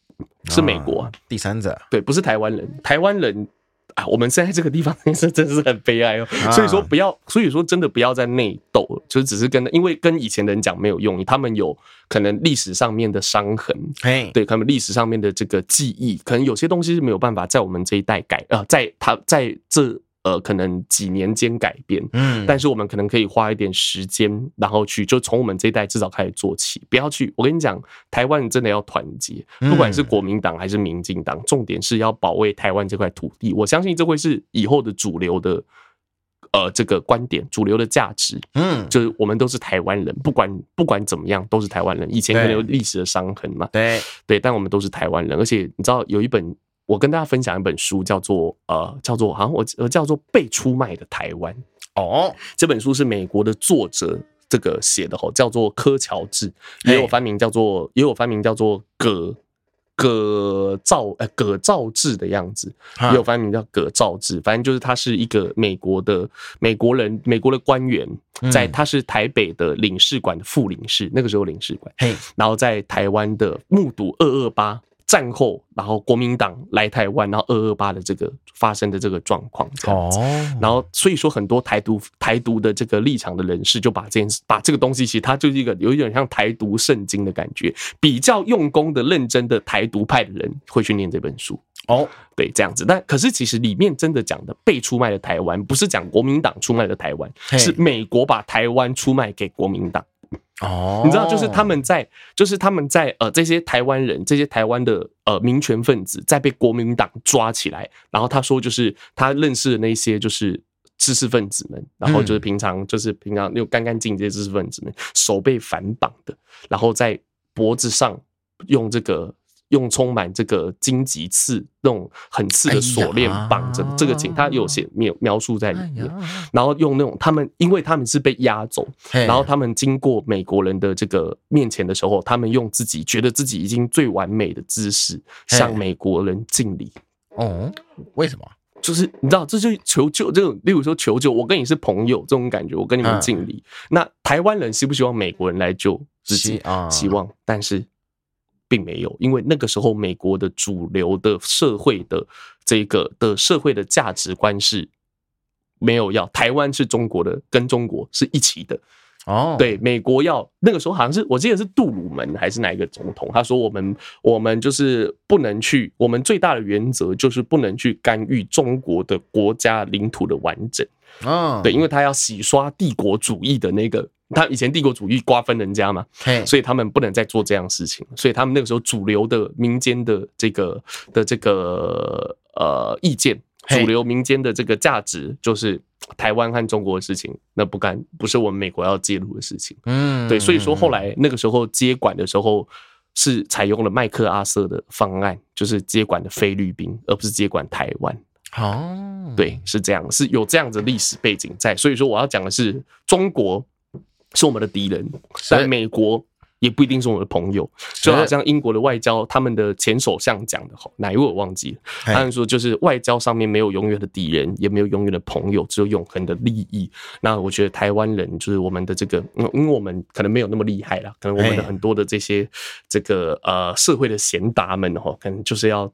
A: 是美国啊、
B: 啊第三者，
A: 对，不是台湾人，台湾人啊，我们现在这个地方 [LAUGHS] 是真是很悲哀哦。
B: 啊
A: 所以说不要，所以说真的不要再内斗了，就是只是跟因为跟以前的人讲没有用，他们有可能历史上面的伤痕。
B: 嘿，
A: 对他们历史上面的这个记忆，可能有些东西是没有办法在我们这一代改啊、呃在他在这呃可能几年间改变，
B: 嗯，
A: 但是我们可能可以花一点时间，然后去就从我们这一代至少开始做起，不要去。我跟你讲，台湾人真的要团结，
B: 嗯
A: 不管是国民党还是民进党，重点是要保卫台湾这块土地。我相信这会是以后的主流的。呃，这个观点，主流的价值
B: 嗯，
A: 就是我们都是台湾人，不管不管怎么样都是台湾人。以前可能有历史的伤痕嘛，
B: 对，
A: 对，但我们都是台湾人，而且你知道有一本，我跟大家分享一本书，叫做呃，叫做好像我我叫做《被出卖的台湾》。
B: 哦，
A: 这本书是美国的作者这个写的吼，叫做柯乔治，也有
B: 嘿
A: 翻名叫做也有翻名叫做葛葛兆呃葛兆志的样子，
B: 哈
A: 也有翻名叫葛兆志，反正就是他是一个美国的美国人，美国的官员，在
B: 嗯
A: 他是台北的领事馆的副领事，那个时候领事馆，
B: 嘿，
A: 然后在台湾的目睹二二八战后，然后国民党来台湾，然后二二八的这个发生的这个状况这
B: 哦
A: 样子。然后所以说很多台独台独的这个立场的人士就把这件事把这个东西，其实它就是一个有一点像台独圣经的感觉，比较用功的、认真的台独派的人会去念这本书。
B: 哦，
A: 对，这样子。但可是其实里面真的讲的被出卖的台湾，不是讲国民党出卖的台湾，
B: 嘿
A: 是美国把台湾出卖给国民党。
B: 哦，
A: 你知道，就是他们在，就是他们在呃，这些台湾人，这些台湾的呃民权分子，在被国民党抓起来，然后他说，就是他认识的那些就是知识分子们，然后
B: 嗯
A: 就是平常就是平常又干干净净的知识分子们，手被反绑的，然后在脖子上用这个。用充满这个荆棘刺那种很刺的锁链
B: 哎呀
A: 绑着，这个景他有写描描述在里
B: 哎
A: 面，
B: 呀，
A: 然后用那种他们，因为他们是被押走，
B: 嘿
A: 然后他们经过美国人的这个面前的时候，他们用自己觉得自己已经最完美的姿势
B: 嘿
A: 向美国人敬礼。
B: 哦，为什么？
A: 就是你知道，这就是求救这种，例如说求救，我跟你是朋友这种感觉，我跟你们
B: 嗯
A: 敬礼。那台湾人希不希望美国人来救自
B: 希
A: 己？
B: 啊
A: 希望，但是并没有，因为那个时候美国的主流的社会的这个的社会的价值观是没有要台湾是中国的，跟中国是一起的，
B: 哦，
A: 对，美国要那个时候好像是我记得是杜鲁门还是哪一个总统，他说我们我们就是不能去，我们最大的原则就是不能去干预中国的国家领土的完整。
B: 嗯，
A: 对，因为他要洗刷帝国主义的那个，他以前帝国主义瓜分人家嘛，
B: 嘿，
A: 所以他们不能再做这样的事情，所以他们那个时候主流的民间的这个的这个呃意见，
B: 嘿
A: 主流民间的这个价值就是台湾和中国的事情，那不干不是我们美国要介入的事情。
B: 嗯
A: 对，所以说后来那个时候接管的时候是采用了麦克阿瑟的方案，就是接管的菲律宾，而不是接管台湾。
B: 哦，
A: 对，是这样，是有这样的历史背景在。所以说我要讲的是，中国是我们的敌人，
B: 是
A: 但美国。也不一定是我们的朋友，就好像英国的外交，他们的前首相讲的，哪一位我忘记了。
B: 嘿
A: 他们说，就是外交上面没有永远的敌人，也没有永远的朋友，只有永恒的利益。那我觉得台湾人就是我们的这个，嗯因为我们可能没有那么厉害啦，可能我们的
B: 哎
A: 很多的这些这个呃社会的贤达们哦，可能就是要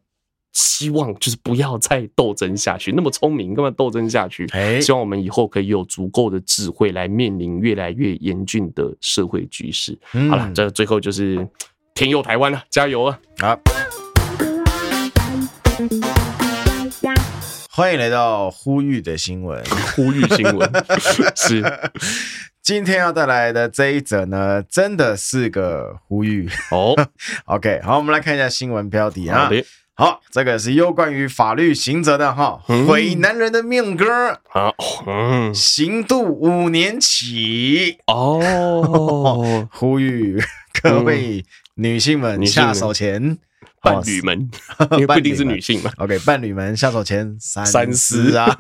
A: 希望就是不要再斗争下去，那么聪明干嘛斗争下去？
B: 哎
A: 希望我们以后可以有足够的智慧来面临越来越严峻的社会局势。好了，
B: 嗯
A: 这最后就是天佑台湾了，加油啊！
B: 好，欢迎来到呼吁的新闻。 [LAUGHS]
A: 呼吁新闻是
B: 今天要带来的这一则呢，真的是个呼吁。
A: 哦，
B: OK，好，我们来看一下新闻标题
A: 好
B: 啊。
A: 的
B: 好，这个是有关于法律刑责的哈，
A: 嗯
B: 毁男人的命歌，
A: 好，嗯，
B: 刑度五年起， [LAUGHS]
A: 哦，
B: 呼吁各位嗯女性们哦
A: 女性
B: 下
A: 们
B: 手前，
A: 伴侣们， [LAUGHS] 因为不一定是女
B: [LAUGHS]
A: 性嘛，
B: OK，伴侣们下手前三
A: 三思
B: 思
A: [LAUGHS]
B: 啊。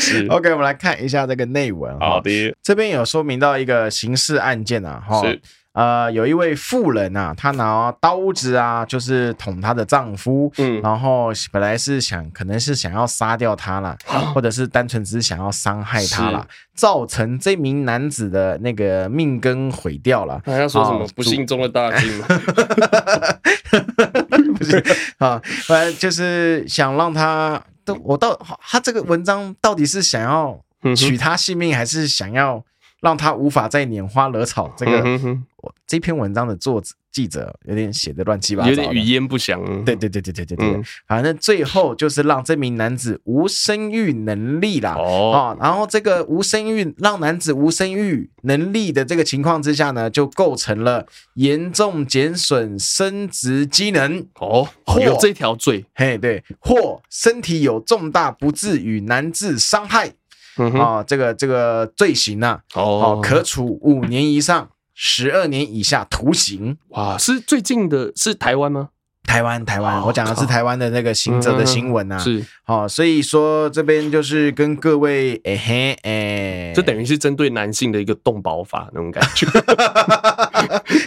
A: 是
B: OK，我们来看一下这个内文哈
A: 好。的，
B: 这边有说明到一个刑事案件啊，哈
A: 是，
B: 呃，有一位妇人啊，她拿刀子啊，就是捅她的丈夫，
A: 嗯，
B: 然后本来是想，可能是想要杀掉她啦，
A: 啊
B: 或者是单纯只是想要伤害她啦，造成这名男子的那个命根毁掉了。
A: 他要说什么
B: 好
A: 不幸中的大幸吗？
B: [LAUGHS] 不是啊，反正就是想让他，都我到他这个文章到底是想要
A: 嗯哼
B: [LAUGHS] 取他性命，还是想要让他无法再拈花惹草？这个、
A: 嗯哼
B: 我这篇文章的作者记者有点写的乱七八
A: 哼
B: 糟，
A: 有点语。焉不详，
B: 对对对对对对对，
A: 嗯
B: 反正最后就是让这名男子无生育能力啦。
A: 哦，
B: 啊，然后这个无生育让男子无生育能力的这个情况之下呢，就构成了严重减损生殖机能，
A: 哦，
B: 嚯
A: 有这条罪，
B: 嘿，对，或身体有重大不治与难治伤害
A: 嗯哼，
B: 啊、这个这个罪行呐、哦
A: 哦，，
B: 可处五年以上十二年以下徒刑。
A: 哇，是最近的，是台湾吗？
B: 台湾，台湾，
A: 哦
B: 我讲的是
A: 靠
B: 台湾的那个刑责的新闻呐、啊。
A: 是，
B: 哦，所以说这边就是跟各位，哎、嘿，哎、
A: 这等于是针对男性的一个动保法那种感
B: [LAUGHS]
A: 觉。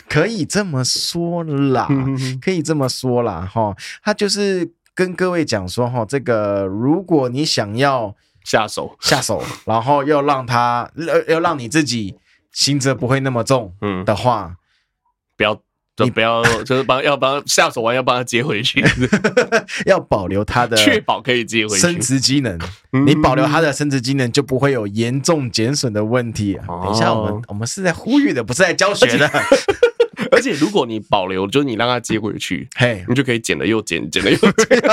B: 可以这么说啦，
A: 嗯
B: 可以这么说啦，哈，他就是跟各位讲说，哈，这个如果你想要
A: 下手，
B: 下手，然后要让他，呃要让你自己刑责不会那么重
A: 嗯，
B: 的话，
A: 不要就不要就是帮要帮下手完要帮他接回
B: [LAUGHS]
A: 去，
B: 要保留它的
A: 确保可以接回
B: 生
A: 去。
B: 殖机能，
A: 嗯
B: 你保留它的生殖机能，就不会有严重减损的问题。啊
A: 哦
B: 等一下，我们我们是在呼吁的，不是在教
A: [LAUGHS]
B: 学的。
A: 而且如果你保留，就是你让他接回
B: [LAUGHS]
A: 去，
B: 嘿，
A: 你就可以捡了又捡，捡了
B: [LAUGHS]
A: 又捡。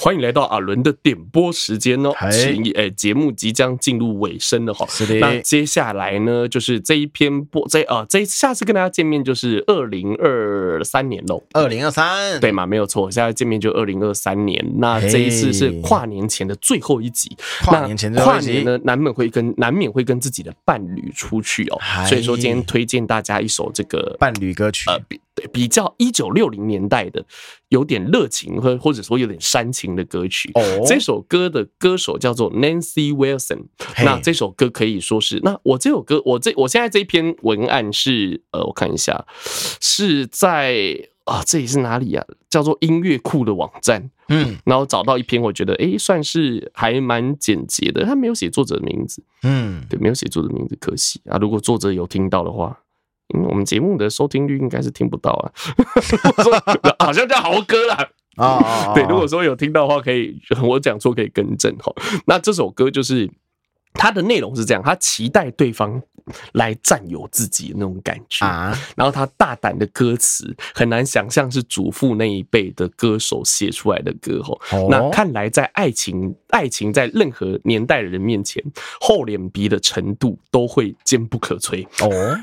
A: 欢迎来到阿伦的点播时间哦
B: 嗨，
A: 请诶节目即将进入尾声了哈。
B: 是的
A: 那接下来呢，就是这一篇播这啊、这一下次跟大家见面就是二零二三年喽。
B: 二零二三，
A: 对嘛，没有错，下次见面就二零二三年。那这一次是
B: 嘿
A: 跨年前的最后一集，
B: 跨年前
A: 那
B: 最后
A: 跨
B: 一
A: 年
B: 集，
A: 呢，难免会跟难免会跟自己的伴侣出去哦
B: 嗨，
A: 所以说今天推荐大家一首这个
B: 伴侣歌曲
A: 呃比对比较一九六零年代的，有点热情或或者说有点煽情的歌曲。
B: 哦
A: 这首歌的歌手叫做 Nancy Wilson，
B: 嘿
A: 那这首歌可以说是，那我这首歌，我这我现在这篇文案是，呃，我看一下，是在啊，这里是哪里啊？叫做音乐库的网站，
B: 嗯
A: 然后找到一篇，我觉得诶，算是还蛮简洁的，他没有写作者的名字，
B: 嗯，
A: 对，没有写作者名字，可惜啊。如果作者有听到的话，因为我们节目的收听率应该是听不到
B: [LAUGHS]
A: 啊。我说
B: 아,
A: 好像叫豪哥啦，
B: 哦哦，哦
A: 对，如果说有听到的话，可以我讲错可以更正哈。那这首歌就是它的内容是这样，他期待对方来占有自己的那种感觉。
B: 啊，
A: 然后他大胆的歌词，很难想象是祖父那一辈的歌手写出来的歌吼。
B: 哦
A: 那看来在爱情，爱情在任何年代的人面前，厚脸皮的程度都会坚不可摧。
B: 哦，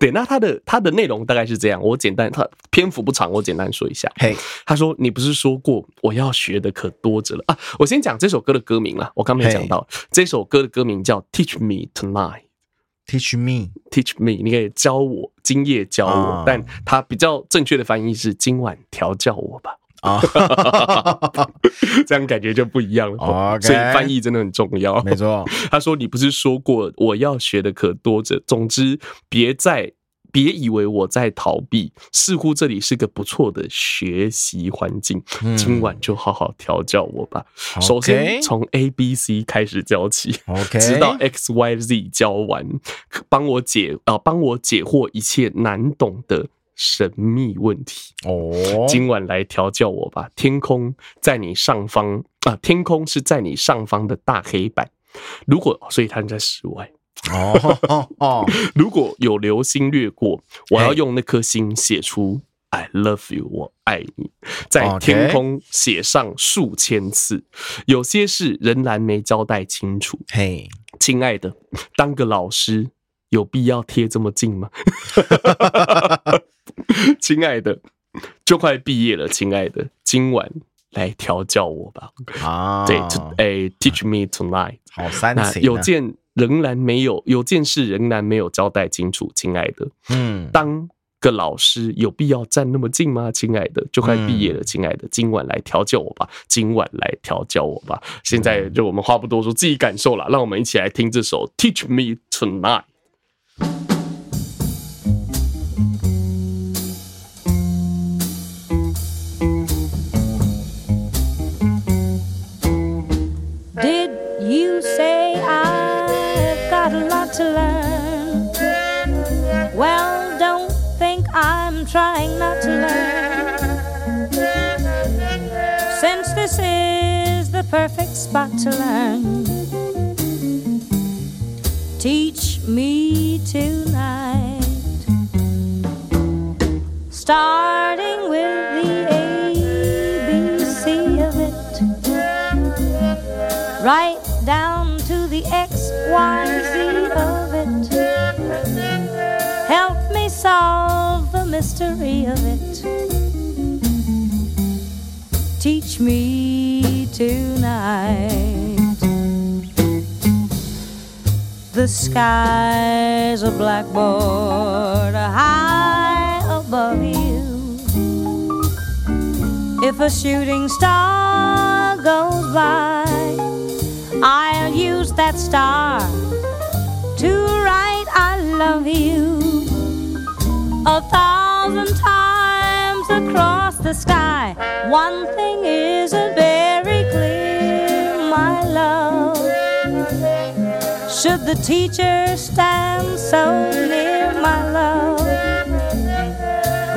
A: 对，那它的它的内容大概是这样，我简单，它篇幅不长，我简单说一下。
B: 嘿，
A: 他说：“你不是说过我要学的可多着了啊？”我先讲这首歌的歌名啦，我刚没有讲到，这首歌的歌名叫《Teach Me Tonight》。
B: Teach me，
A: Teach me，你可以教我，今夜教我，
B: 啊
A: 但它比较正确的翻译是今晚调教我吧，
B: 啊，
A: 这样感觉就不一样了。
B: OK
A: 所以翻译真的很重要。
B: 没错，
A: 他说：“你不是说过我要学的可多着？总之，别再别以为我在逃避，似乎这里是个不错的学习环境。
B: 嗯
A: 今晚就好好调教我吧。首先从 A、B、C 开始教起。”
B: OK，
A: 直到 X Y Z 教完，帮我解啊，帮我解惑一切难懂的神秘问题。
B: 哦，
A: 今晚来调教我吧，天空在你上方啊、天空是在你上方的大黑板。如果，所以他们在室外。
B: 哦哦哦，
A: 如果有流星掠过，我要
B: 嘿
A: 用那颗星写出 “I love you”，我爱你，在
B: OK
A: 天空写上数千次。有些事仍然没交代清楚，
B: 嘿，
A: 亲爱的，当个老师有必要贴这么近吗？ [LAUGHS] 亲爱的，就快毕业了，亲爱的，今晚来调教我吧。
B: 啊，
A: 对，哎、t e a c h me tonight。
B: 好煽
A: 那
B: 情啊，
A: 有件仍然没有，有件事仍然没有交代清楚，亲爱的，
B: 嗯，
A: 当个老师有必要站那么近吗？亲爱的，就快毕
B: 嗯
A: 业了，亲爱的，今晚来调教我吧，今晚来调教我吧。现
B: 嗯
A: 在就我们话不多说，自己感受啦，让我们一起来听这首《Teach Me Tonight》。
D: Did you say I've got a lot to learn? Well, don't think I'm trying not to learn. Since this is the perfect spot to learn, teach me tonight. Starting with the ABC of it right down to the X, Y, Z of it. Help me solve the mystery of it. Teach me tonight. The sky's a blackboard high above you. If a shooting star goes by, I'll use that star to write I love you a thousand times across the sky. One thing is very clear, my love. Should the teacher stands so near, my love.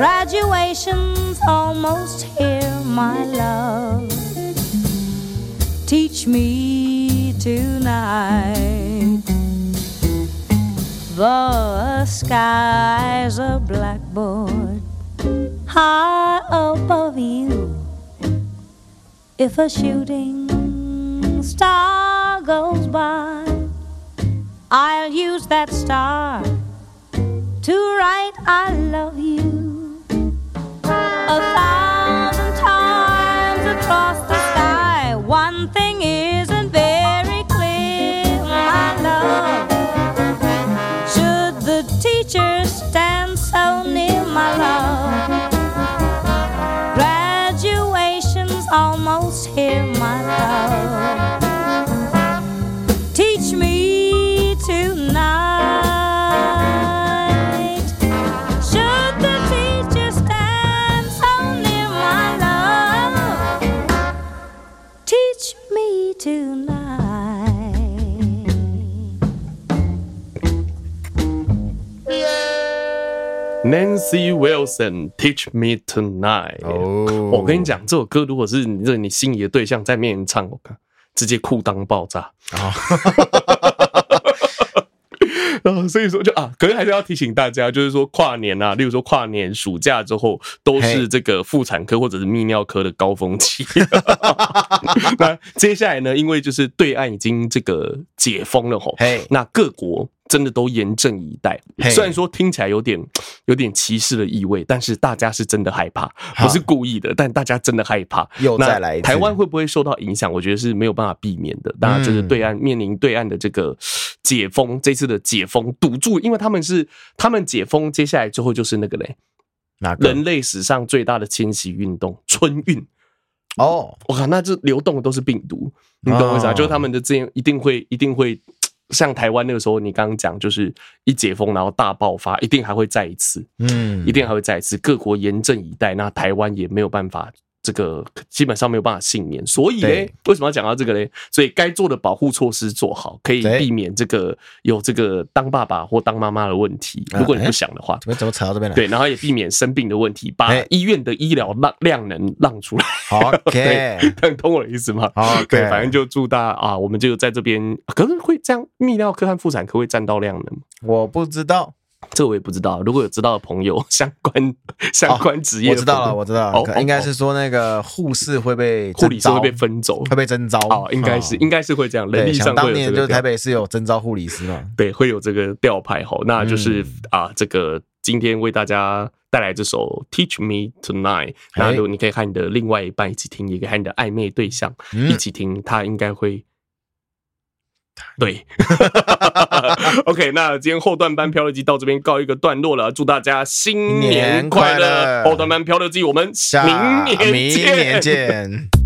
D: Graduation's almost here, my love. Teach me tonight. The sky's a blackboard high above you. If a shooting star goes by, I'll use that star to write I love you. A thousand times across the sky, one thing isn't very clear, my love. Should the teacher stand so near, my love? Graduation's almost here, my love. Teach me tonight. Should the teacher stand so near, my love? Teach me tonight.
A: Nancy Wilson Teach Me Tonight。
B: 哦
A: 我跟你讲，这首歌如果是你这你心仪的对象在面前唱，我看直接裤裆爆炸。
B: 哦
A: [LAUGHS] 然后所以说就啊，可是还是要提醒大家，就是说跨年啊，例如说跨年暑假之后，都
B: 嘿
A: 是这个妇产科或者是泌尿科的高峰期。 [LAUGHS] 那接下来呢，因为就是对岸已经这个解封了吼，
B: 嘿
A: 那各国真的都严阵以待
B: 嘿。
A: 虽然说听起来有点有点歧视的意味，但是大家是真的害怕，不是故意的，但大家真的害怕。
B: 又
A: 那
B: 再来一次
A: 台湾会不会受到影响？我觉得是没有办法避免的。当然，
B: 嗯
A: 就是对岸面临对岸的这个解封，这次的解封堵住，因为他们是他们解封，接下来之后就是那个嘞，
B: 哪个
A: 人类史上最大的迁徙运动——春运。
B: 哦，
A: 我靠，那这流动的都是病毒，你懂我意思啊？
B: 哦
A: 就是他们的之间一定会一定会像台湾那个时候，你刚刚讲，就是一解封然后大爆发，一定还会再一次，
B: 嗯
A: 一定还会再一次，各国严阵以待，那台湾也没有办法。这个基本上没有办法幸免，所以嘞
B: 对，
A: 为什么要讲到这个嘞？所以该做的保护措施做好，可以
B: 对
A: 避免这个有这个当爸爸或当妈妈的问题。如
B: 啊哎
A: 果你不想的话，
B: 怎么怎么扯到这边来？
A: 对，然后也避免生病的问题，把
B: 哎
A: 医院的医疗量量能让出来。 [LAUGHS]
B: ，OK，
A: 对，懂我的意思吗
B: OK
A: 对，反正就祝大家啊，我们就在这边，可是会这样，泌尿科和妇产科会占到量能吗？
B: 我不知道，
A: 这我也不知道，如果有知道的朋友，相关相关职业、
B: 哦我知道了，我知道了，
A: 哦
B: 可
A: 哦
B: 应该是说那个护士会被
A: 护理师
B: 征召
A: 会被分走
B: 会被征招
A: 哦，应该是、
B: 哦
A: 应该是会这样，人
B: 对，
A: 力
B: 想
A: 上
B: 当
A: 会有
B: 年
A: 这
B: 就是
A: 个
B: 台
A: 调，
B: 北是有征招护理师嘛，
A: 对，会有这个吊牌吼，那就是、
B: 嗯
A: 啊，这个今天为大家。带来这首《Teach Me Tonight》，那
B: 哎
A: 如果你可以和你的另外一半一起听，也可以和你的暧昧对象一 [LAUGHS]
B: 嗯，
A: 起听，他应该会。对 [LAUGHS] ，OK，那今天后段班漂流记到这边告一个段落了，祝大家新
B: 新年
A: 年快
B: 快乐
A: 乐！后段班漂流记，我们
B: 下
A: 明
B: 明
A: 年见
B: 年。见。